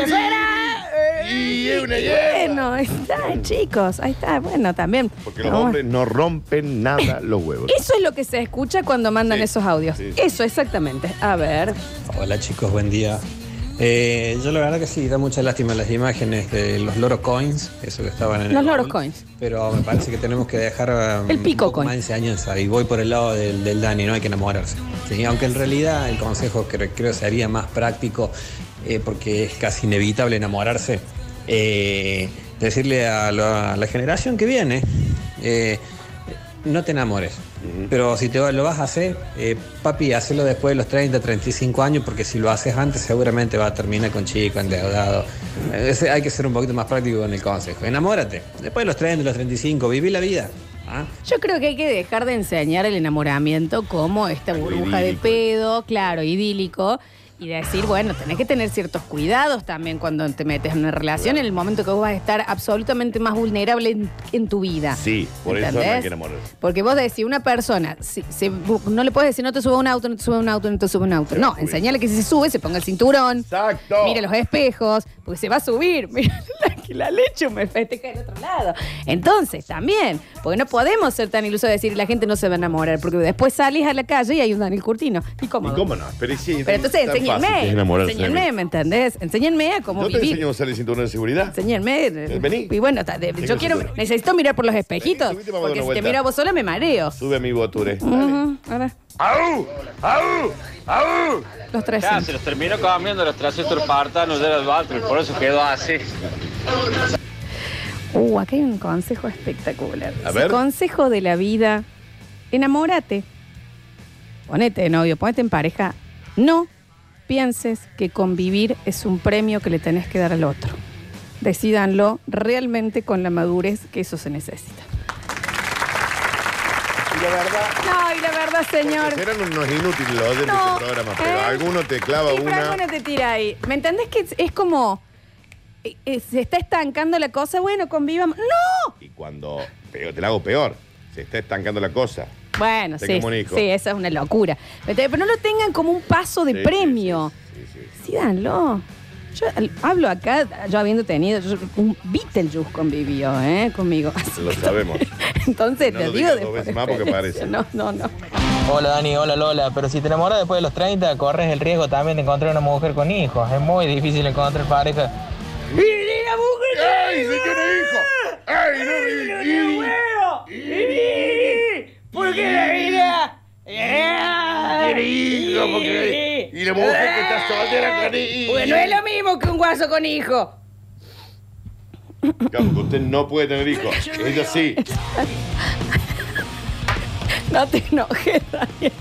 la suegra. Y, y, una hierba. Bueno, ahí está, chicos, ahí está. Bueno, también. Porque los Vamos. hombres no rompen nada los huevos. Eso es lo que se escucha cuando mandan esos audios. sí, sí. Eso, exactamente. A ver. Hola chicos, buen día. Eh, yo la verdad que sí, da mucha lástima las imágenes de los loro coins, eso que estaban en Los el... loros coins. Pero me parece que tenemos que dejar um, El pico un poco coin. más de enseñanza y voy por el lado del, del Dani, no hay que enamorarse. Sí, Aunque en realidad el consejo que creo sería más práctico, eh, porque es casi inevitable enamorarse, eh, decirle a la, a la generación que viene, eh, no te enamores. Pero si te va- lo vas a hacer, eh, papi, hacelo después de los 30, 35 años, porque si lo haces antes seguramente va a terminar con chico, endeudado. Eh, ese- hay que ser un poquito más práctico con el consejo. Enamórate. Después de los 30, de los 35, viví la vida. ¿ah? Yo creo que hay que dejar de enseñar el enamoramiento como esta burbuja de pedo, claro, idílico. Y decir, bueno, tenés que tener ciertos cuidados también cuando te metes en una relación, en el momento que vos vas a estar absolutamente más vulnerable en, en tu vida. Sí, por eso no hay ¿Entendés? que enamorarse. Porque vos decís, una persona, si- se- no le puedes decir, no te suba un auto, no te suba un auto, no te suba un auto. No, enseñale que si se sube, se ponga el cinturón. Exacto. Mira los espejos, porque se va a subir. Mira la, que la leche me festeja del otro lado. Entonces, también, porque no podemos ser tan ilusos de decir, la gente no se va a enamorar, porque después salís a la calle y hay un Daniel Curtino. ¿Y cómo? ¿Y cómo no? Pero, sí, Pero entonces tan fácil que enséñenme, es enamorarse. enséñenme, ¿me entendés? Enséñenme a cómo Yo te vivir. enseño a usar el cinturón de seguridad. Enséñenme. eh, Vení. Y bueno, ta- de- Tengo yo el quiero, cinturón. necesito mirar por los espejitos, vamos a dar porque una si te vuelta. miro a vos sola me mareo. Sube a mi boture. Ujú, a ver. ¡Au! ¡Au! ¡Au! Los tres. Ya, se los terminó cambiando los trayectos espartanos de los Battle, por eso quedó así. Uh, acá hay un consejo espectacular. A Dice, ver. Consejo de la vida. Enamórate. Ponete de novio, ponete en pareja. No pienses que convivir es un premio que le tenés que dar al otro. Decídanlo realmente con la madurez que eso se necesita. No, y la verdad, señor. Serán unos inútiles los oyentes No, del programa, pero eh. alguno te clava Y una. Franco no te tira ahí. ¿Me entendés que es, es como. eh, eh, se está estancando la cosa, bueno, convivamos. ¡No! Y cuando peor, te la hago peor, se está estancando la cosa. Bueno, Te sí, comunico. sí, esa es una locura. Pero no lo tengan como un paso de Sí, sí, premio. Sí, danlo. Yo al- hablo acá, yo habiendo tenido, yo- un Beetlejuice convivió ¿eh? conmigo. Así Lo que- sabemos. Entonces, No te lo digo digas de dos por veces más porque experiencia. parece. No, no, no. Hola Dani, hola Lola, pero si te enamoras después de los 30 corres el riesgo también de encontrar una mujer con hijos, es muy difícil encontrar pareja. ¡Ey, señor hijo! ¡Ey, no me ¿Por qué la vida? Tiene hijo, porque- Y la mujer que está soltera con hijo. Porque no es lo mismo que un guaso con hijo. Claro, porque usted no puede tener hijos. Ella sí. No te enojes, Daniel.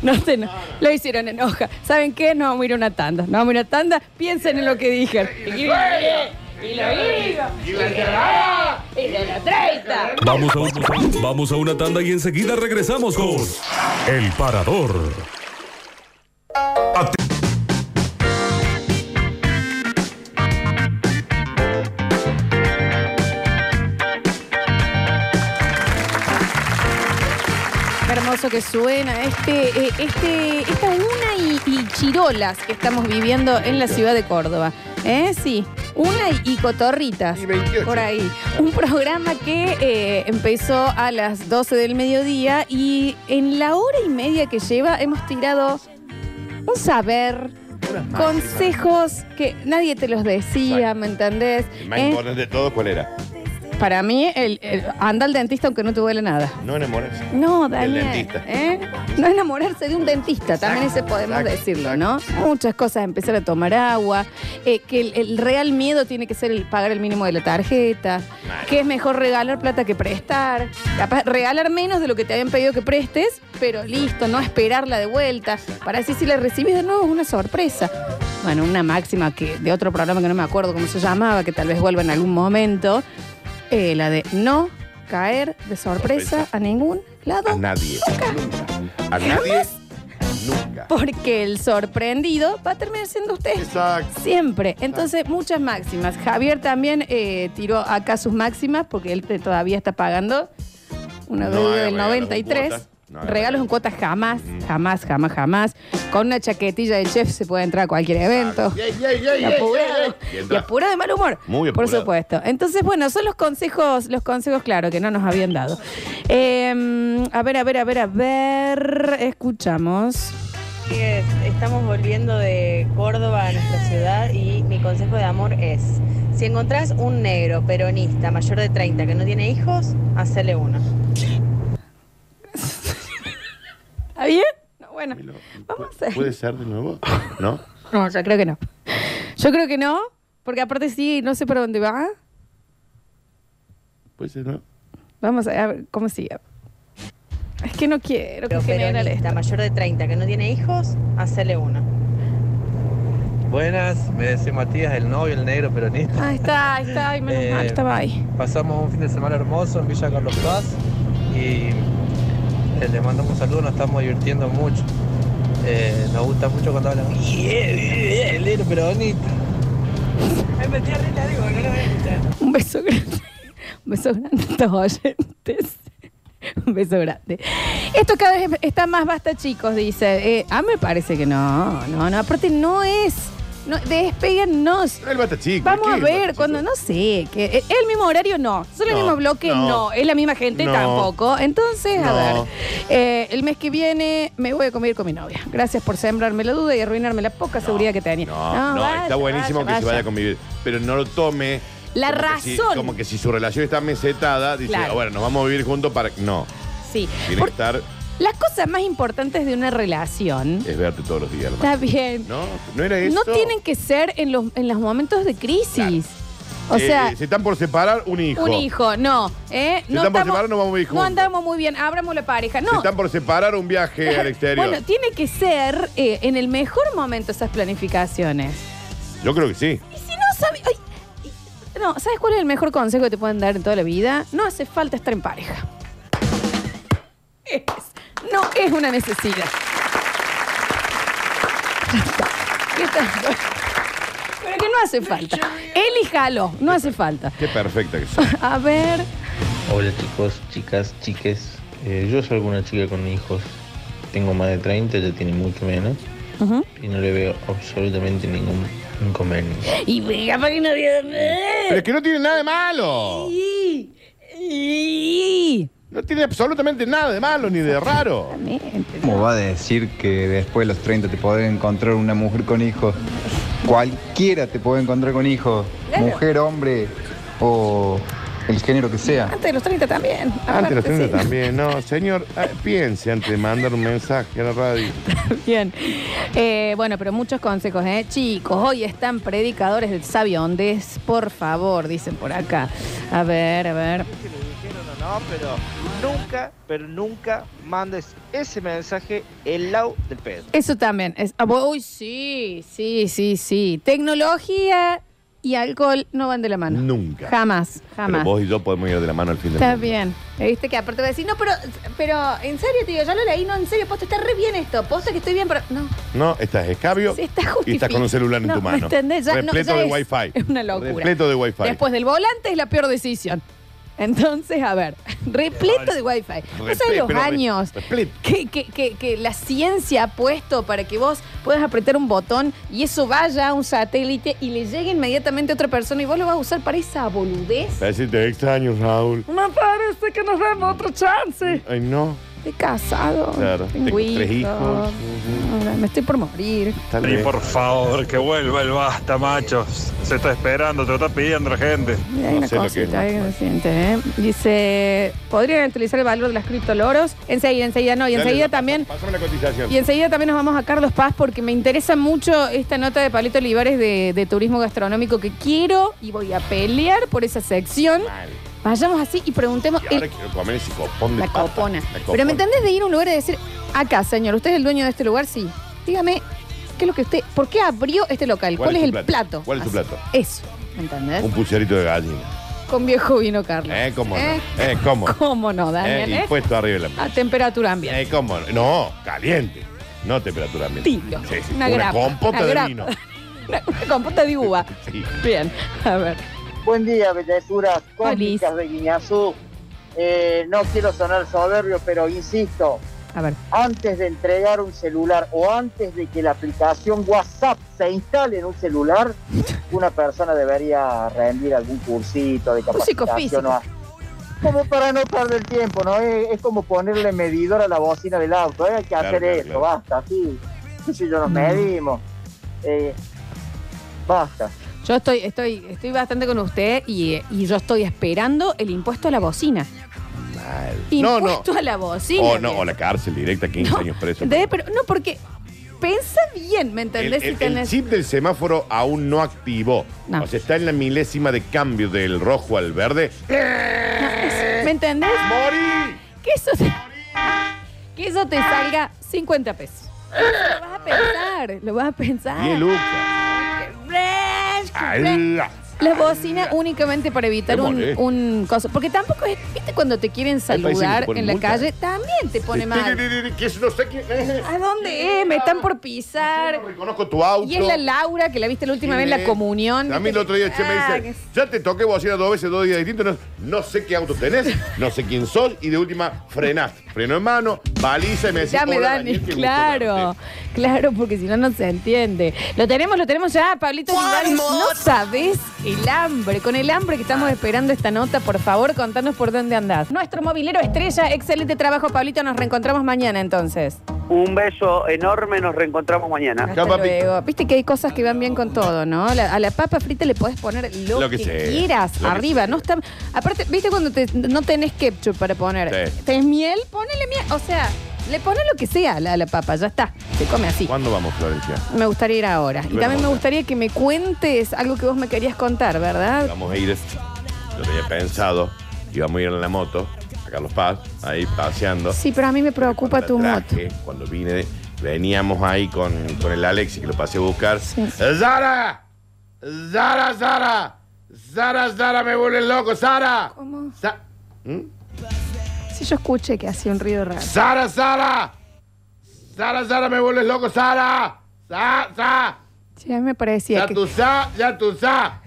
No te eno- Lo hicieron enoja. ¿Saben qué? No vamos a ir a una tanda. No vamos a ir a una tanda. Piensen en lo que dijeron. Y lo hizo. Y la cerrada. Y de la treinta. Vamos a, un- vamos a una tanda y enseguida regresamos con El Parador. Ate- Qué hermoso que suena este, eh, este, esta una y, y chirolas que estamos viviendo en la ciudad de Córdoba. ¿Eh? Sí. Una y, y cotorritas. Por ahí. Un programa que eh, empezó a las 12 del mediodía y en la hora y media que lleva hemos tirado un saber, consejos que nadie te los decía, ¿me entendés? El más ¿Eh? importante de todo, ¿cuál era? Para mí, el, el- anda al dentista aunque no te duele nada. No enamorarse. No, Daniel. dentista. ¿eh? No enamorarse de un dentista, también ese podemos decirlo, ¿no? Muchas cosas, empezar a tomar agua, eh, que el, el real miedo tiene que ser el pagar el mínimo de la tarjeta, que es mejor regalar plata que prestar, capaz regalar menos de lo que te habían pedido que prestes, pero listo, no esperarla de vuelta, para así si la recibís de nuevo es una sorpresa. Bueno, una máxima que de otro programa que no me acuerdo cómo se llamaba, que tal vez vuelva en algún momento, eh, la de no caer de sorpresa a ningún lado. A nadie. Nunca. A nadie. Nunca. Porque el sorprendido va a terminar siendo usted. Exacto. Siempre. Entonces, muchas máximas. Javier también eh, tiró acá sus máximas porque él te- todavía está pagando una No deuda haga del regalos en 93. cuotas. No haga regalos en cuotas jamás, jamás, jamás, jamás. Con una chaquetilla de chef se puede entrar a cualquier evento. ey, ey, ey, Apurado. ey. Y Y entra. apurado de mal humor. Muy Por apurado. supuesto. Entonces, bueno, son los consejos, los consejos, claro, que no nos habían dado. Eh, a ver, a ver, a ver, a ver. Escuchamos. que estamos volviendo de Córdoba a nuestra ciudad y mi consejo de amor es, si encontrás un negro peronista mayor de 30 que no tiene hijos, hacele uno. ¿Está bien? No, Bueno, vamos a ¿Puede ser de nuevo? ¿No? No, yo creo que no. Yo creo que no, porque aparte sí, no sé para dónde va. ¿Puede ser de nuevo? Vamos a a ver cómo sigue. Es que no quiero que Pero general peronista mayor de 30 que no tiene hijos, hacele uno. Buenas, me decía Matías, el novio, el negro peronista. Ahí Ah, está, ahí está, y menos Eh, mal, estaba ahí. Pasamos un fin de semana hermoso en Villa Carlos Paz y eh, le mandamos un saludo, nos estamos divirtiendo mucho. Eh, nos gusta mucho cuando hablan, "Yeah, yeah, el negro peronista. Un beso grande. Un beso grande a todos oyentes. Un beso grande. Esto cada vez está más basta, chicos, dice. Eh, ah, me parece que no, no, no. Aparte no es. No, despeguennos. El basta chico. Vamos ¿qué a es el ver, cuando no sé, que eh, el mismo horario no, son el No, mismo bloque no. no. es la misma gente No. tampoco. Entonces, a No. ver, eh, el mes que viene me voy a comer con mi novia. Gracias por sembrarme la duda y arruinarme la poca seguridad que tenía. No, no, está buenísimo que se vaya a convivir, pero no lo tome. La como que si- razón. como que si su relación está mesetada, dice, Claro. "Ah, bueno, nos vamos a vivir juntos para. No, Sí. tiene que Por- estar, las cosas más importantes de una relación es verte todos los días, hermano. Está bien. No, no era eso. no tienen que ser en los, en los momentos de crisis. O Eh, sea, eh, se están por separar, un hijo. un hijo, no. ¿eh? Si No, estamos separados, no vamos a ir No juntos. andamos muy bien, abramos la pareja. Se No, están por separar, un viaje al exterior. Bueno, tiene que ser eh, en el mejor momento esas planificaciones. Yo creo que sí. Y si no sabes. No, ¿sabes cuál es el mejor consejo que te pueden dar en toda la vida? No hace falta estar en pareja. Es- no es una necesidad. Ya está. Ya está. Pero que no hace falta. Elíjalo, no hace falta. Qué perfecta que son. A ver. Hola chicos, chicas, chiques. Eh, yo soy alguna chica con hijos. Tengo más de 30, ella tiene mucho menos. Ujú. Y no le veo absolutamente ningún inconveniente. Y venga para que no "Eh". vea- Pero es que no tiene nada de malo. No tiene absolutamente nada de malo ni de raro. ¿Cómo va a decir que después de los 30 te podés encontrar una mujer con hijos? Cualquiera te puede encontrar con hijos. Claro. Mujer, hombre o el género que sea. Antes de los 30 también. Antes los Aparte, 30 sí. también, no, señor, eh, piense antes de mandar un mensaje a la radio. Bien. Eh, bueno, pero muchos consejos, ¿eh? Chicos, hoy están predicadores del sabiondes, por favor, dicen por acá. A ver, a ver. No, pero nunca, pero nunca mandes ese mensaje el lado del pedo. Eso también. Es, ah, bo- uy, sí, sí, sí, sí. Tecnología y alcohol no van de la mano. Nunca. Jamás, Pero jamás. vos y yo podemos ir de la mano al fin del Está mundo. bien. Viste que aparte va a decir, no, pero, pero en serio, tío, yo lo leí, no, en serio, posta, está re bien esto, posta que estoy bien, pero no. No, estás escabio Sí, está y estás con un celular en No, tu mano. ¿me entendés? Ya, no, repleto ya de es- wifi. es una locura. Repleto de wifi. Después del volante es la peor decisión. Entonces, a ver, repleto de wifi. No sabes Repleto, pero los re- años que, que- que- que la ciencia ha puesto para que vos puedas apretar un botón y eso vaya a un satélite y le llegue inmediatamente a otra persona y vos lo vas a usar para esa boludez. Para decirte extraño, Raúl. Me parece que nos demos otra chance. Ay, no. Estoy casado. Claro, tengo tengo tres hijos. hijos. Ahora Me estoy por morir. Y por favor, que vuelva el basta, machos. Se está esperando, te lo está pidiendo la gente. Y Hay una cosita ahí que me siente, ¿eh? Dice, ¿podrían utilizar el valor de las criptoloros? Enseguida, enseguida no. Y Dale, enseguida la- también... Pásame la cotización. Y enseguida también nos vamos a Carlos Paz porque me interesa mucho esta nota de Palito Olivares de, de turismo gastronómico que quiero y voy a pelear por esa sección. Vayamos así y preguntemos... Y ahora el- quiero comer ese copón de la papa. copona. La Pero copona. ¿me entendés de ir a un lugar y decir, acá, señor, usted es el dueño de este lugar? Sí. Dígame, ¿qué es lo que usted... ¿Por qué abrió este local? ¿Cuál, es, tu el plato? ¿Cuál es tu plato? Eso, ¿me entendés? Un pucherito de gallina. Con viejo vino, Carlos. ¿Eh? ¿Cómo ¿Eh? no? ¿Eh? ¿Cómo? ¿Cómo no, Daniel? ¿Eh? eh? Y puesto arriba de la A temperatura ambiente. Eh, ¿Cómo no? No, caliente. No temperatura ambiente. Tilo. Sí, sí. Una Una, grapa, compota una de grapa. vino. Eh. Una compota de uva. Bien, a ver. Buen día, bellezuras cómicas de Guiñazú. Eh, no quiero sonar soberbio, pero insisto, A ver. Antes de entregar un celular o antes de que la aplicación WhatsApp se instale en un celular, una persona debería rendir algún cursito de Psicofísica. capacitación. o a- Como para no perder tiempo, ¿no? Es, es como ponerle medidor a la bocina del auto. ¿eh? Hay que Claro, hacer claro, eso, claro. basta. Sí, si yo nos medimos. eh, basta. Yo estoy, estoy, estoy bastante con usted y, eh, y yo estoy esperando el impuesto a la bocina. Mal. No, no. Impuesto a la bocina. O no, bien. o la cárcel directa, 15 años preso. De- pero, no, porque piensa bien, ¿me El, entendés? Si el- el tenés- chip del semáforo aún no activó. No. O sea, está en la milésima de cambio del rojo al verde. ¿Me entendés? Que eso te, que eso te salga 50 pesos. Lo vas a pensar, lo vas a pensar. Diez lucas. ¡Ala! La bocina únicamente para evitar Qué un, molesto. un coso. Porque tampoco es, viste, cuando te quieren países que te saludar ponen en la multa, calle, ¿eh? también te pone Sí. mal. eh. ¿A dónde es? Me están por pisar. Conozco tu auto. Y es la Laura que la viste la última vez en la Tiene- comunión. A mí el otro día che, Ah, me que- dice, ya te toqué bocina dos veces, dos días distintos, no, no sé qué auto tenés, no sé quién sos, y de última frenaste. Freno en mano, baliza y me decís, Ya me "Hola, dan, Daniel, qué gusto claro, verte". claro, porque si no, no se entiende. Lo tenemos, lo tenemos ya, Pablito Olivares. No sabés el hambre, con el hambre que Ah. estamos esperando esta nota, por favor, contanos por dónde andás. Nuestro movilero estrella, excelente trabajo, Pablito, nos reencontramos mañana entonces. Un beso enorme, nos reencontramos mañana. Hasta luego. Viste que hay cosas que van bien con todo, ¿no? La- a la papa frita le podés poner lo, Lo que, que sea, quieras lo que arriba. No está, aparte, ¿viste cuando te- no tenés ketchup para poner? Sí. ¿Tenés miel? Ponele miel. O sea, le pones lo que sea a la, a la papa, ya está. Se come así. ¿Cuándo vamos, Florencia? Me gustaría ir ahora. Y Bueno, también me bueno. gustaría que me cuentes algo que vos me querías contar, ¿verdad? Vamos a ir, lo tenía pensado, íbamos a ir en la moto, a Carlos Paz, ahí paseando. Sí, pero a mí me preocupa tu la moto. traje, Cuando vine, de- veníamos ahí con, con el Alex y que lo pasé a buscar. ¡Zara! ¡Zara, Zara! ¡Zara, Zara, me vuelve loco, Zara! ¿Cómo? Sa- ¿Mm? Si yo escuché que hacía un ruido raro. ¡Sara, Sara! ¡Sara, Sara, me vuelves loco, Sara! ¡Sa, sa! Sí, a mí me parecía ¡Ya que... tú sa, ya tú sa!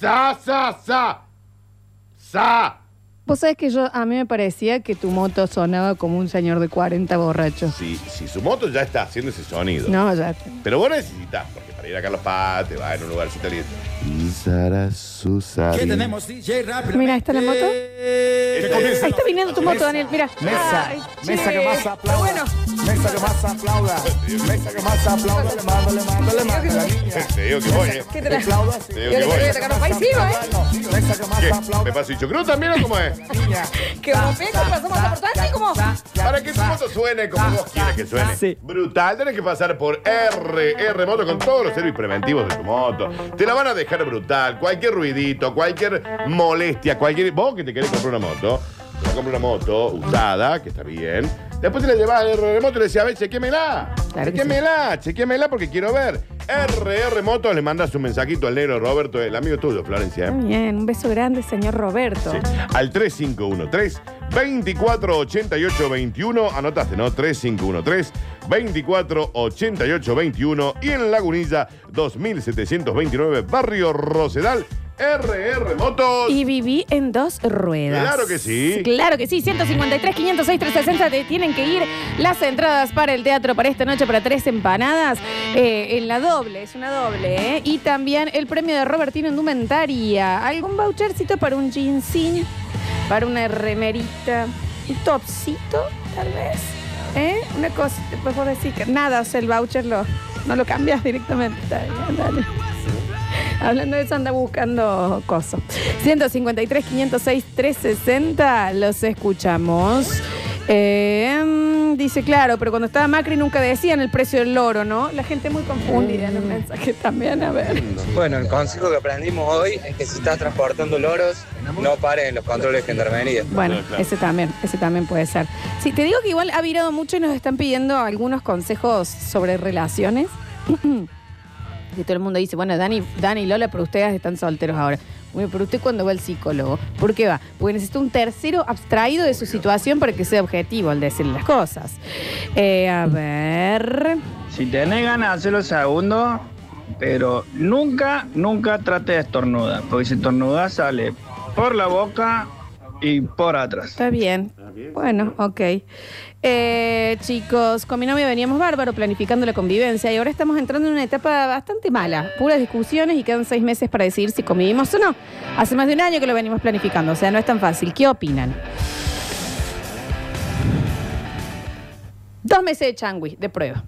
¡Sa, sa, sa! ¡Sa! Vos sabés que yo, a mí me parecía que tu moto sonaba como un señor de 40 borracho. Si, si su moto ya está haciendo ese sonido. No, ya. Pero vos necesitas, porque para ir a Carlos Paz te va en un lugarcito y Sara, su, ¿Qué tenemos, DJ Rap? Mira, ahí está la moto. comienza. Ahí está viniendo tu moto, Daniel, mira. Mesa, Ay, mesa che. que más aplauda. Mesa que más aplauda. Mesa que más aplauda. Le mando, le mando, le mando. la niña. Te digo que voy, eh. ¿Qué te la- Te digo que voy. Yo le voy a tocar los paisitos, ¿eh? ¿Qué? ¿Me paso y chocrú también o cómo es? Que vos ves que pasamos la portada así como... Para que tu moto suene como vos quieres que suene. Brutal, tenés que pasar por RR Moto con todos los servicios preventivos de tu moto. Te la van a dejar brutal. Cualquier ruidito, cualquier molestia, cualquier. Vos que te querés comprar una moto, te vas a comprar una moto usada, que está bien. Después te la llevas a RR Moto y le decís, a ver, chequémela. Claro que chequémela, chequémela porque quiero ver. RR Moto le mandas un mensajito al negro Roberto, el amigo tuyo, Florencia. ¿eh? Bien, un beso grande, señor Roberto. al 3513 248821. Anotaste, ¿no? 3513 248821. Y en Lagunilla 2729, Barrio Rosedal, RR Motos. Y viví en dos ruedas. Claro que sí. Claro que sí. 153, 506, 360 te tienen que ir las entradas para el teatro para esta noche, para tres empanadas. eh, en la doble, es una doble. ¿eh? Y también el premio de Robertino Indumentaria. ¿Algún vouchercito para un jeansín? ¿Para una remerita? ¿Un topsito, tal vez? ¿Eh? Una cosa, pues vos decís que nada, o sea, el voucher lo, no lo cambias directamente. Está bien, dale. Hablando de eso, anda buscando cosas. 153, 506, 360, los escuchamos. Eh, mm, dice, claro, pero cuando estaba Macri nunca decían el precio del loro, ¿no? La gente muy confundida en los mensajes también, a ver. Bueno, el consejo que aprendimos hoy es que si estás transportando loros, no pares en los controles de gendarmería. Bueno, ese también, ese también puede ser. Sí, te digo que igual ha virado mucho y nos están pidiendo algunos consejos sobre relaciones. Y todo el mundo dice, bueno, Dani, Dani y Lola, pero ustedes están solteros ahora. Bueno, pero usted cuando va al psicólogo, ¿por qué va? Porque necesita un tercero abstraído de su situación para que sea objetivo al decirle las cosas. Eh, a ver. Si tenés ganas de hacerlo segundo, pero nunca, nunca trate de estornudar, porque si estornudás sale por la boca y por atrás. Está bien. Ah, Bueno, ok. Eh, chicos, con mi novia veníamos bárbaro planificando la convivencia y ahora estamos entrando en una etapa bastante mala. Puras discusiones y quedan seis meses para decidir si convivimos o no. Hace más de un año que lo venimos planificando, o sea, no es tan fácil. ¿Qué opinan? Dos meses de changui, de prueba.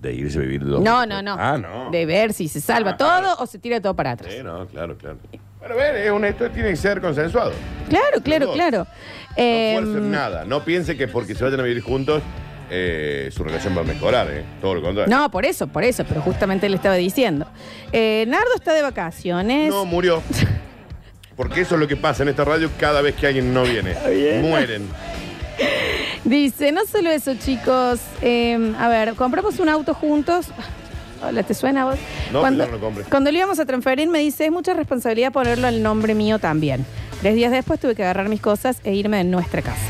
De irse a vivir dos. No, no, no. Ah, no. De ver si se salva Ah, todo o se tira todo para atrás. Sí, no, claro, claro. Bueno, a ver, es un- esto tiene que ser consensuado. Claro, claro, dos. claro. No Eh, fuercen nada. No piense que porque se vayan a vivir juntos, eh, su relación va a mejorar, ¿eh? Todo lo contrario. No, por eso, por eso, pero justamente le estaba diciendo. Eh, Nardo está de vacaciones. No, murió. Porque eso es lo que pasa en esta radio cada vez que alguien no viene. bien. Mueren. Dice, no solo eso, chicos. eh, a ver, compramos un auto juntos. Hola, ¿te suena a vos? No, Pilar, no compre. Cuando lo íbamos a transferir, me dice, es mucha responsabilidad ponerlo al nombre mío también. Tres días después tuve que agarrar mis cosas e irme de nuestra casa.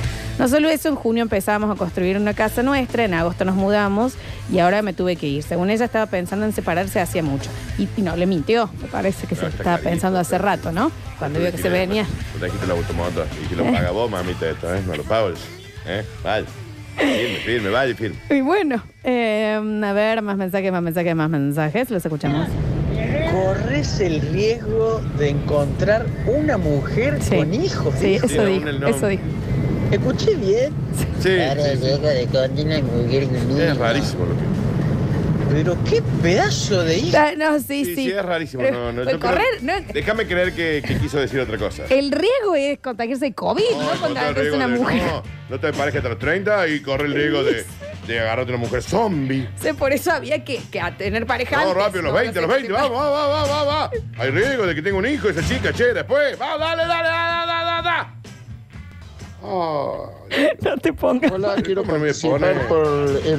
No solo eso, en junio empezamos a construir una casa nuestra, en agosto nos mudamos y ahora me tuve que ir. Según ella, estaba pensando en separarse hacía mucho. Y, y no, le mintió. Me parece que No, se está estaba clarísimo, pensando hace rato, ¿no? Cuando vio que se venía. No te dijiste la automoto. Y que lo Eh. paga vos, mamita, esto, ¿eh? No lo pago. ¿Eh? Vaya. Firme, firme, vaya, firme. Y bueno, eh, a ver, más mensajes, más mensajes, más mensajes. Los escuchamos. Corres el riesgo de encontrar una mujer con hijos. Sí, dijo. eso dijo, eso dijo. Escuché bien. Sí. Ahora llego de condena mujer con Es hijos. rarísimo lo que. Pero qué pedazo de hija. Ah, No, sí, sí. Sí, sí, es rarísimo. Pero No, no, el yo creo- correr, no, Déjame creer que, que quiso decir otra cosa. el riesgo es contagiarse de COVID, no No te contagiarse riego una de- mujer. No, no te pares que hasta los 30 y corre el riesgo de, de agarrarte una mujer zombie. Sé, por eso había que, que a tener pareja. Vamos antes, rápido, los ¿no? 20, No sé los qué 20, te vamos, vamos, vamos, vamos, vamos. Hay riesgo de que tenga un hijo esa chica, che, después. Vamos, dale, dale, dale, dale, dale, dale. No te pongas. Hola, quiero me voy a participar poner? por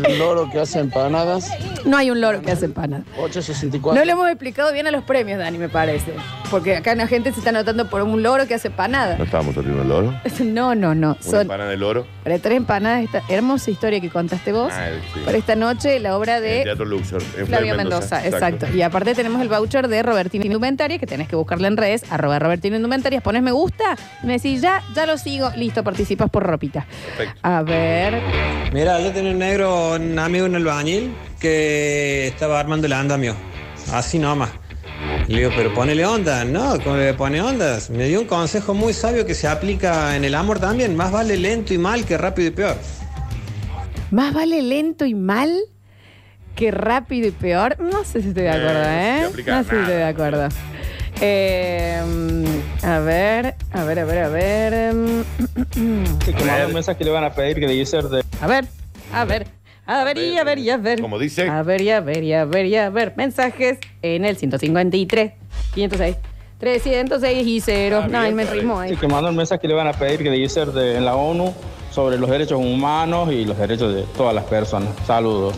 el loro que hace empanadas. pasa. No hay un loro que hace empanadas. 864. No le hemos explicado bien a los premios, Dani, me parece. Porque acá la gente se está notando por un loro que hace ¿No empanada. estábamos haciendo el loro? ¿Una No, no, no. Son pana del loro? para tres empanadas esta hermosa historia que contaste vos. Ah, sí. Para esta noche, la obra En el de Teatro Luxor. en Flavio Mendoza, exacto. Y aparte tenemos el voucher de Robertino Indumentaria, que tenés que buscarle en redes, arroba Robertino Indumentarias, pones me gusta, y me decís ya, ya lo sigo, listo, participas por ropita. A ver, Mira, yo tenía un negro, un amigo en el bañil, que estaba armando el andamio. Así nomás. Le digo, pero ponele onda, ¿no? ¿Cómo le pone ondas? Me dio un consejo muy sabio que se aplica en el amor también. Más vale lento y mal que rápido y peor. más vale lento y mal que rápido y peor. No sé si estoy de Eh, acuerdo, no ¿eh? se No sé si aplica estoy de acuerdo. Eh, mm, a ver, a ver, a ver, a ver. mm, Como mensajes que le van a pedir que le dice de. A ver, a ver, a ver y a ver y a ver. Como dice. A ver y a ver y a ver y a ver. Mensajes en el 153, 506, 306 y 0. No, él me rimó ahí. Sí, que mandan mensajes que le van a pedir que le dice de en la ONU sobre los derechos humanos y los derechos de todas las personas. Saludos.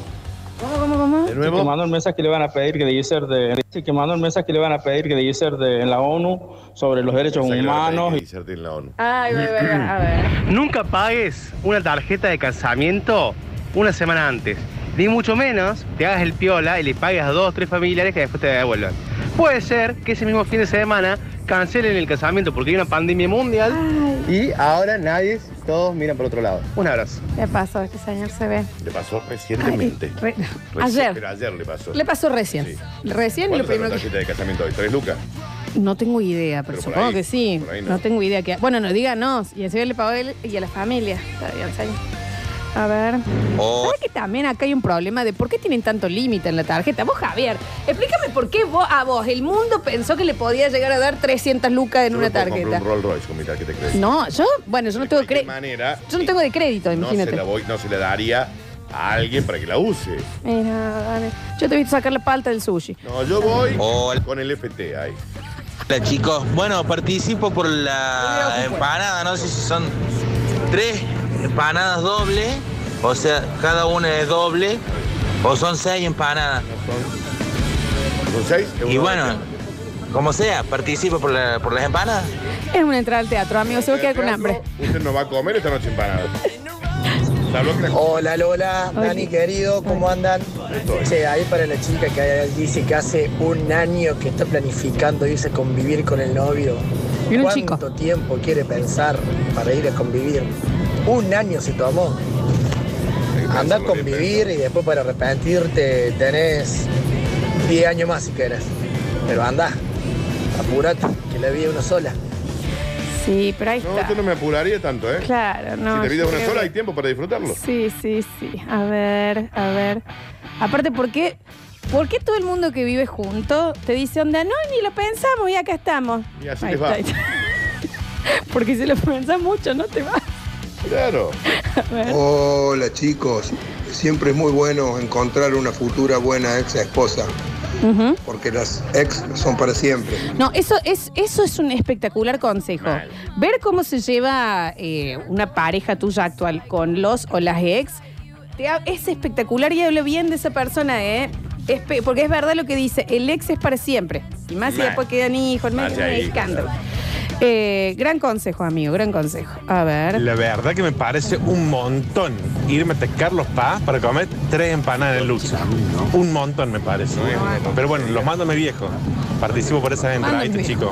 ¿Cómo, cómo, cómo? Sí, Que mandan mensajes que le van a pedir que le dice de. sí, que mandan mensajes que le van a pedir que le dice de en la ONU sobre los derechos humanos. y- Ay, voy, voy, voy, a ver. Nunca pagues una tarjeta de casamiento una semana antes. Ni mucho menos te hagas el piola y le pagues a dos tres familiares que después te devuelvan. Puede ser que ese mismo fin de semana cancelen el casamiento porque hay una pandemia mundial y ahora nadie, todos miran por otro lado. Un abrazo. Le pasó, este señor se ve. Le pasó recientemente. Re- Reci- Pero ayer. ayer le pasó. Le pasó recién. Sí. Recién ¿Cuánto sale y lo una primero que. tarjeta de casamiento hoy? ¿Tres lucas? No tengo idea, pero, Pero por supongo ahí, que sí. por ahí no. no. tengo idea que. Bueno, no, díganos. Y encima le pagó a él y a la familia. Está bien, señor. A ver. Oh. ¿Sabes que también acá hay un problema de por qué tienen tanto límite en la tarjeta? Vos, Javier, explícame por qué vos, a vos el mundo pensó que le podía llegar a dar 300 lucas en Yo una me puedo comprar tarjeta. un Rolls Royce con mi tarjeta de crédito. No, yo, bueno, yo no tengo De crédito. manera, eh, Yo no tengo de crédito, no se, Ah, imagínate. la voy, no se la daría a alguien para que la use. Mira, dale. Yo te he visto sacar la palta del sushi. No, yo voy con el FT ahí. Hola chicos, bueno, participo por Ah, la empanada, no sé si son tres empanadas doble, o sea, cada una es doble, o son seis empanadas. ¿Son seis? Y bueno, como sea, participo por, la- por las empanadas. Es una entrada al teatro, amigo. Se va a quedar con hambre. Usted no va a comer esta noche empanada. Salvo que la- Hola Lola, Dani querido, ¿cómo andan? Che, ahí para la chica que dice que hace un año que está planificando irse a convivir con el novio. Era un chico. ¿Cuánto tiempo quiere pensar para ir a convivir? Un año se tomó. Anda a convivir y después para arrepentirte tenés 10 años más si querés. Pero anda, apurate, que la vida es una sola. Sí, pero ahí No, está. yo no me apuraría tanto, ¿eh? Claro, no, Si te vida yo es una creo sola, que- hay tiempo para disfrutarlo. Sí, sí, sí. A ver, a ver. Aparte, ¿por qué, por qué todo el mundo que vive junto te dice, onda, no, ni lo pensamos y acá estamos? Y así Ahí les va. está, ahí está. Porque si lo pensás mucho, no te va. Claro. Ah, Eh, Hola chicos, siempre es muy bueno encontrar una futura buena ex esposa, Ujú. porque las ex son para siempre. No, eso es, eso es un espectacular consejo. Ver cómo se lleva eh, una pareja tuya actual con los o las ex te ha- es espectacular y hablo bien de esa persona, ¿eh? Es pe- porque es verdad lo que dice, el ex es para siempre. Y más si Mal. después quedan hijos, en medio, Más es un ahí, escándalo. Eh, gran consejo, amigo, gran consejo. A ver. La verdad que me parece un montón irme a Carlos Paz para comer tres empanadas de lucha. Un montón me parece. Pero bueno, los mando a mi viejo. Participo por esas entraditas, chicos.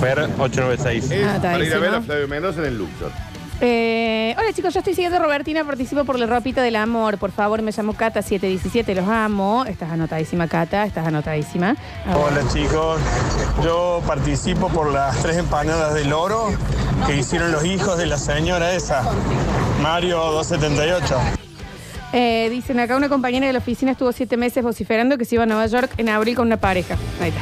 Fer 896. Es Ah, está para ir a ahí, sí, ver ¿no? a Flavio Mendoza en el Luxor. Eh, hola chicos, yo estoy siguiendo a Robertina, participo por la ropita del amor. Por favor, me llamo Cata 717, los amo. Estás anotadísima, Cata, estás anotadísima. A ver. Hola chicos, yo participo por las tres empanadas del oro que hicieron los hijos de la señora esa, Mario 278. Eh, dicen acá una compañera de la oficina estuvo siete meses vociferando que se iba a Nueva York en abril con una pareja. Ahí está.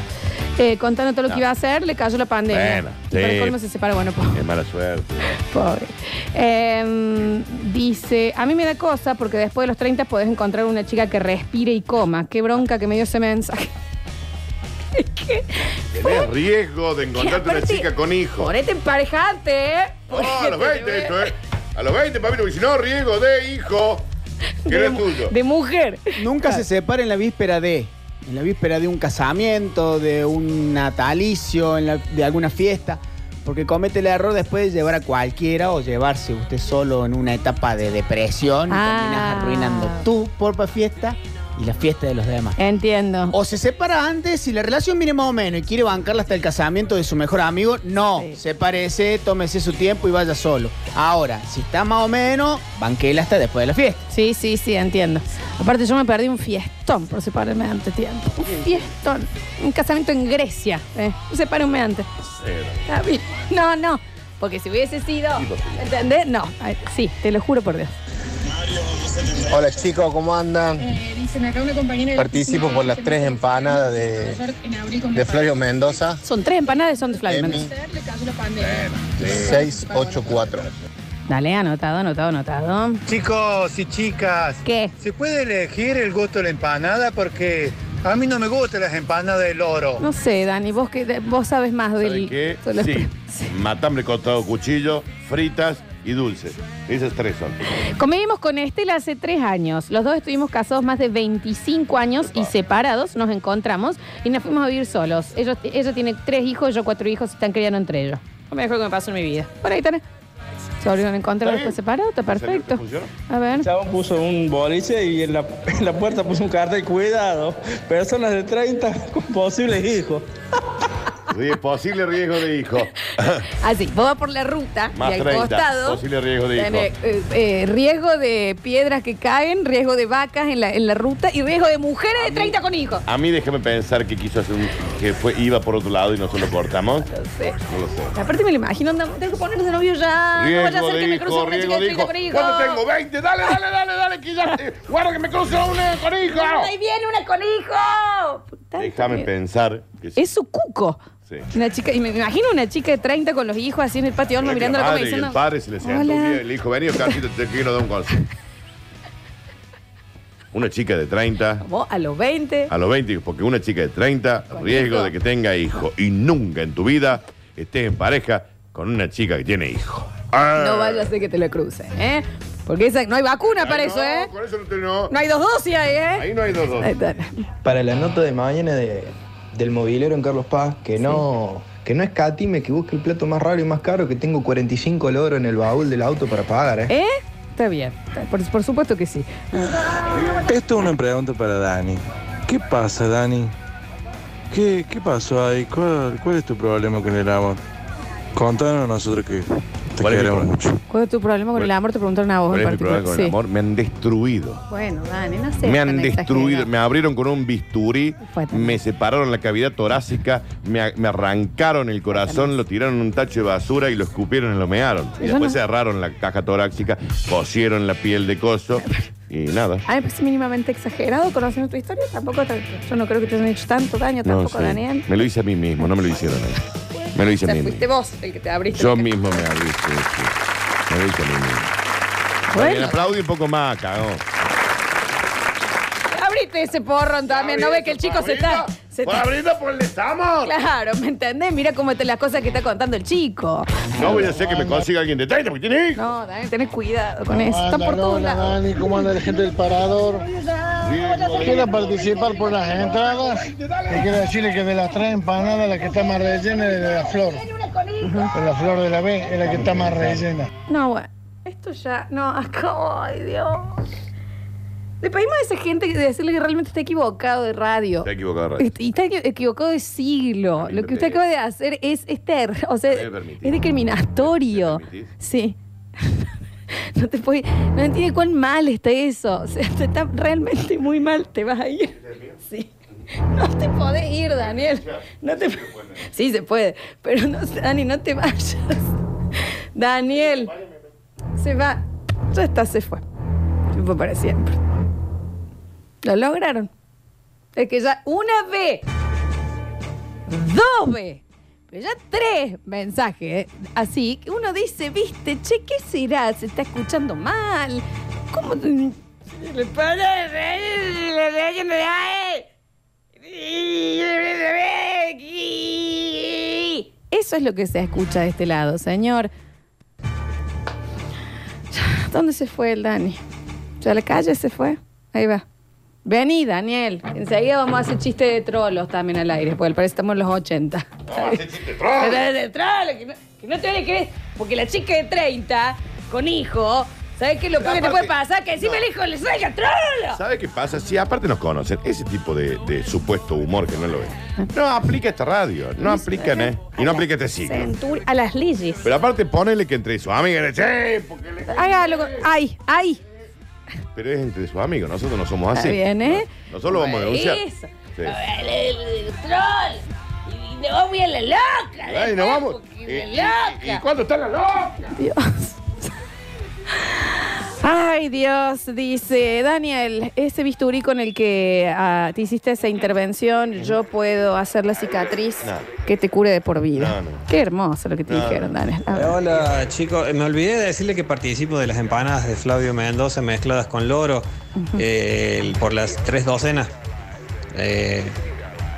Eh, contando todo lo No. que iba a hacer, le cayó la pandemia. Bueno, Y para sí. colmo se separa, bueno, po- Es mala suerte. pobre. Eh, dice, a mí me da cosa porque después de los 30 podés encontrar una chica que respire y coma. Qué bronca que me dio ese mensaje. Tenés riesgo de encontrarte una aparte- chica con hijos. Ponete emparejate, ¿eh? Oh, a los 20 esto, ¿eh? A los 20, papi, porque si no, riesgo de hijo. Que no es tuyo. De mujer. Nunca se separa en la víspera de. En la víspera de un casamiento, de un natalicio, en la- de alguna fiesta. Porque comete el error después de llevar a cualquiera o llevarse usted solo en una etapa de depresión Ah. y terminas arruinando tu propia fiesta y la fiesta de los demás. Entiendo. O se separa antes y la relación viene más o menos y quiere bancarla hasta el casamiento de su mejor amigo. No, se parece, tómese su tiempo y vaya solo. Ahora, si está más o menos, banquela hasta después de la fiesta. Sí, sí, sí, entiendo. Aparte, yo me perdí un fiestón por separarme antes tiempo. Un fiestón. Un casamiento en Grecia. Eh. Sepárenme antes. Está bien. No, no. Porque si hubiese sido. ¿Entendés? No. Ay, Sí, te lo juro por Dios. Hola chicos, ¿cómo andan? Dicen acá una compañera Participo por las tres empanadas de, de Flavio Mendoza Son tres empanadas, son de Flavio. Mendoza. 684. Dale, anotado, anotado, anotado. Chicos y chicas, ¿se puede elegir el gusto de la empanada? Porque a mí no me gustan las empanadas del oro. No sé, Dani, vos, que, vos sabes más del. ¿Qué? de los- Sí. Matambre, cortado, cuchillo, fritas y dulces. Esas tres son. Convivimos con Estela hace tres años. Los dos estuvimos casados más de 25 años y separados. Nos encontramos y nos fuimos a vivir solos. Ellos, ella tiene tres hijos, yo cuatro hijos y están criando entre ellos. Lo mejor que me pasó en mi vida. Por ahí están. Se volvieron a encontrar después separados. Está perfecto. A ver. El chabón puso un boliche y en la, en la puerta puso un cartel, cuidado, personas de 30 con posibles hijos. Rie- Posible riesgo de hijo. Así, vos vas por la ruta Más y al 30. costado. Posible riesgo de hijo. tenés, eh, eh, riesgo de piedras que caen, riesgo de vacas en la, en la ruta y riesgo de mujeres de 30 con hijos. A mí déjame pensar que quiso hacer un. que fue, iba por otro lado y nosotros lo cortamos. No sé. lo sé. Aparte me lo imagino, anda, tengo que ponerme de novio ya. no vaya a Riesgo ser que de me cruce hijo, riesgo una chica de de 30 hijo. con hijos. ¿Cuándo tengo? 20, dale, dale, dale, dale, que ya. Guarda que me cruzo una con hijos. ¡Ahí viene una con hijo! Déjame pensar. que sí. Es su cuco. Sí. Una chica, y me imagino una chica de 30 con los hijos así en el patio, Mirá horno, que mirando la la cama madre y diciendo. el padre se le sentó un "Hola". día y le dijo, vení, Oscarcito, te quiero dar un consejo. Una chica de 30, Vos a los 20. a los 20, porque una chica de 30, riesgo de que tenga hijo. Y nunca en tu vida estés en pareja con una chica que tiene hijo. Ah. No vaya a ser que te la cruce, ¿eh? Porque esa, no hay vacuna Ay, para no, eso, ¿eh? con eso no, te- no. No hay dos dosis ahí, ¿eh? Ahí no hay dos dosis. Ahí está. Para la nota de mañana de- del movilero en Carlos Paz, que no, que no escatime, que busque el plato más raro y más caro, que tengo 45 loros en el baúl del auto para pagar, ¿eh? ¿Eh? Está bien. Está- Por, por supuesto que sí. Esto es una pregunta para Dani. ¿Qué pasa, Dani? ¿Qué, qué pasó ahí? ¿Cuál, cuál es tu problema con el amor? Contanos a nosotros que te ¿Cuál es mi queremos problema? mucho. ¿Cuál es tu problema con el amor? Te preguntaron a vos ¿Cuál en es mi particular. problema este con el amor? Me han destruido. Bueno, Dani, no sé. Me han destruido, me abrieron con un bisturí, me separaron la cavidad torácica, me, a- me arrancaron el corazón, lo tiraron en un tacho de basura y lo escupieron y lo mearon. Y Yo después no- cerraron la caja torácica, cosieron la piel de coso y nada. A mí me parece pues mínimamente exagerado conociendo tu historia. Tampoco, te- yo no creo que te hayan hecho tanto daño No tampoco, sé. Daniel. Me lo hice a mí mismo, no me lo hicieron a él. Me lo hice O a sea, mí mismo. fuiste vos el que te abriste. Yo la- mismo me abrí. sí, sí. Me lo hice a mí mismo. Bueno. Daniel, aplaude un poco más, cagón. Abrite ese porrón también. No ve que el chico se está. Se está... por el desamor. Claro, ¿me entendés? Mira cómo están las cosas que está contando el chico. No voy a hacer que me consiga alguien de 30 porque tiene hijos. No, Dani, tenés cuidado con eso. Está por todos Hola, lados. Dani, ¿cómo anda la gente del parador? Quiero participar por las entradas y quiero decirle que de las tres empanadas la que está más rellena es de la flor. De la flor de la B es la que está más rellena. No, bueno. Esto ya. No, acá. Ay, Dios. Le pedimos a esa gente que decirle que realmente está equivocado de radio. Está equivocado, Ray. Este, Y está equi- equivocado de siglo. Lo que usted acaba de hacer es, es ter- o sea, Me es permitís. discriminatorio. Sí. No te puede, no entiende cuán mal está eso. O sea, te está realmente muy mal, te vas a ir. Sí. No te podés ir, Daniel. No te, sí, se puede. Pero no, Dani, no te vayas. Daniel. Se va. Ya está, se fue. Se fue para siempre. Lo lograron. Es que ya una vez, dos veces, pero ya tres mensajes. ¿eh? Así que uno dice, viste, che, ¿qué será? ¿Se está escuchando mal? ¿Cómo? te- Le para de reír, le reír, le reír. Eso es lo que se escucha de este lado, señor. ¿Dónde se fue el Dani? ¿Ya a la calle se fue? Ahí va. Vení, Daniel. Enseguida vamos a hacer chiste de trolos también al aire, porque al parecer estamos en los 80. Pero de trolos, que no, que no te van a querer- Porque la chica de 30, con hijo, ¿sabes qué es lo peor que te puede pasar? Que encima el hijo le salga trolo. ¿Sabe qué pasa? Si aparte nos conocen, ese tipo de, de supuesto humor que no lo es. No aplica esta radio, no aplica, ¿eh? Y no aplica este ciclo. Centur- A las leyes. Pero aparte ponele que entre sus amigos, che, Hágalo. con- Ay, ay. pero es entre sus amigos, nosotros no somos Está así. bien, ¿eh? Nosotros lo vamos a denunciar. Eso. Sí. El, el- el troll. Y no voy a la loca. Ay, nos vamos. la loca. ¿Y cuándo está la loca? Dios. Ay, Dios, dice Daniel, ese bisturí con el que ah, te hiciste esa intervención, yo puedo hacer la cicatriz que te cure de por vida. Qué hermoso lo que te dijeron, Daniel. A ver. Hola chicos, Eh, me olvidé de decirle que participo de las empanadas de Flavio Mendoza mezcladas con loro eh, el- por las tres docenas. Eh,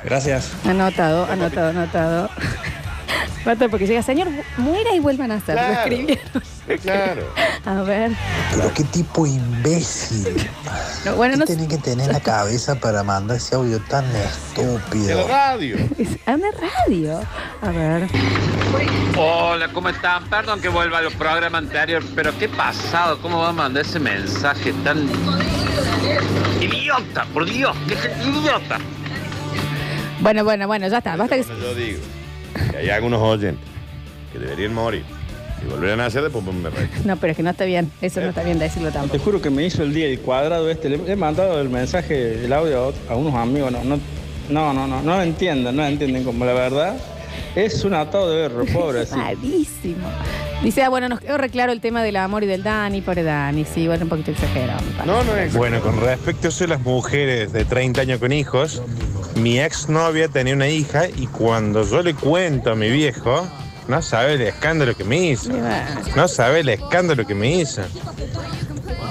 gracias. Anotado, anotado, anotado. Basta porque llega, señor, muera y vuelvan a hacer. Claro. Lo escribieron. Claro. A ver. Pero qué tipo imbécil. No, bueno, ¿Qué no tiene que tener la cabeza para mandar ese audio tan estúpido. radio. Anda radio. A ver. Hola, ¿cómo están? Perdón que vuelva a los programas anteriores, pero qué pasado, ¿cómo va a mandar ese mensaje tan idiota? Por Dios, qué idiota. Bueno, bueno, bueno, ya está. Basta que. Yo digo que hay algunos oyentes que deberían morir y volverán a hacer después me reí. No, pero es que no está bien. Eso no está bien decirlo Te tampoco. juro que me hizo el día el cuadrado este. Le he mandado el mensaje, el audio a, ot- a unos amigos. No, no, no, no, no, no lo entienden, no lo entienden como la verdad. Es un atado de berro, pobre. así. Malísimo. Dice, ah, bueno, nos quedó reclaro el tema del amor y del Dani, pobre Dani. Sí, bueno, un poquito exagerado. me parece. Bueno, con respecto a eso de las mujeres de 30 años con hijos, mi ex novia tenía una hija y cuando yo le cuento a mi viejo, no sabe el escándalo que me hizo. No sabe el escándalo que me hizo.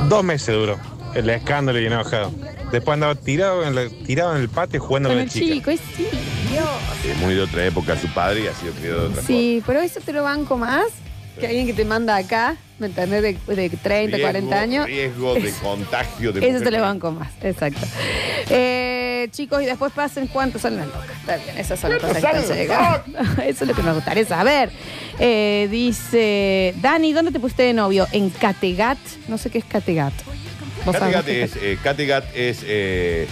Dos meses duró el escándalo y enojado. Después andaba tirado en, la- tirado en el patio jugando Con con, el la chica. chico, y sí, Dios. Es muy de otra época su padre y ha sido criado de otra Sí, pero eso te lo banco más que alguien que te manda acá, ¿me entendés? De, de 30, Riesgo- 40 años. Riesgo de contagio de Eso te lo mujer. banco más, exacto. Eh, chicos, y después pasen cuántos son las locas. Está bien, esas son las ¿Cuántos cosas que están salen llegando. Eso es lo que me gustaría saber. Eh, dice, Dani, ¿dónde te pusiste de novio? En Categat. No sé qué es Categat. ¿Vos sabés Kattegat qué es, eh, Kattegat es eh,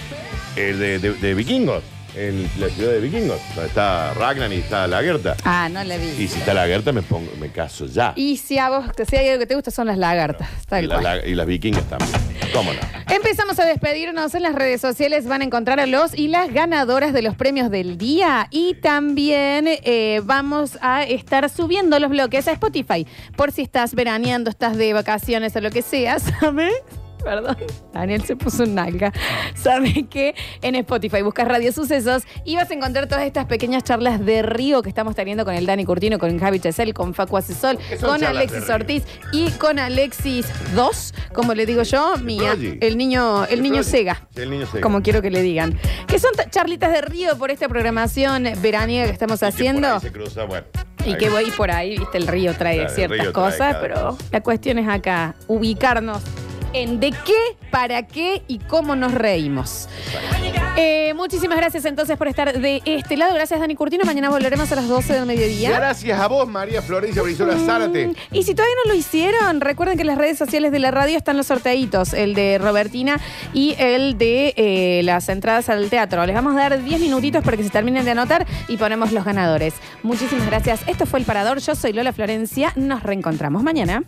el de, de- de vikingos. en la ciudad de Vikingos. Donde está Ragnar y está Lagerta. Ah, no la vi. Y si está Lagerta, me, pongo, me caso ya. Y si a vos, que si hay algo que te gusta, son las lagartas. tal Y, la- cual. la- y las vikingas también. ¿Cómo no? Empezamos a despedirnos en las redes sociales. Van a encontrar a los y las ganadoras de los premios del día. Y también eh, vamos a estar subiendo los bloques a Spotify. Por si estás veraneando, estás de vacaciones o lo que sea, ¿sabes? Perdón, Daniel se puso un nalga. ¿Sabes qué? En Spotify buscas Radio Sucesos y vas a encontrar todas estas pequeñas charlas de río que estamos teniendo con el Dani Curtino, con Javi Chesel, con Facu Asesol, ¿Qué son charlas con de Alexis río? Ortiz y con Alexis 2, como le digo yo, mía, Prodigy. el niño, el niño Sega. El niño se. Como quiero que le digan. Que son ta- charlitas de río por esta programación veraniega que estamos haciendo. Se cruza, bueno. Y Ahí. que voy por ahí, viste, el río trae Claro, el ciertas río trae cosas, cada pero cosa. la cuestión es acá, ubicarnos en de qué, para qué y cómo nos reímos. Eh, muchísimas gracias entonces por estar de este lado. Gracias, Dani Curtino. Mañana volveremos a las 12 del mediodía. Gracias a vos, María Florencia Brizola Zárate. Mm. Y si todavía no lo hicieron, recuerden que en las redes sociales de la radio están los sorteitos, el de Robertina y el de eh, las entradas al teatro. Les vamos a dar 10 minutitos para que se terminen de anotar y ponemos los ganadores. Muchísimas gracias. Esto fue El Parador. Yo soy Lola Florencia. Nos reencontramos mañana.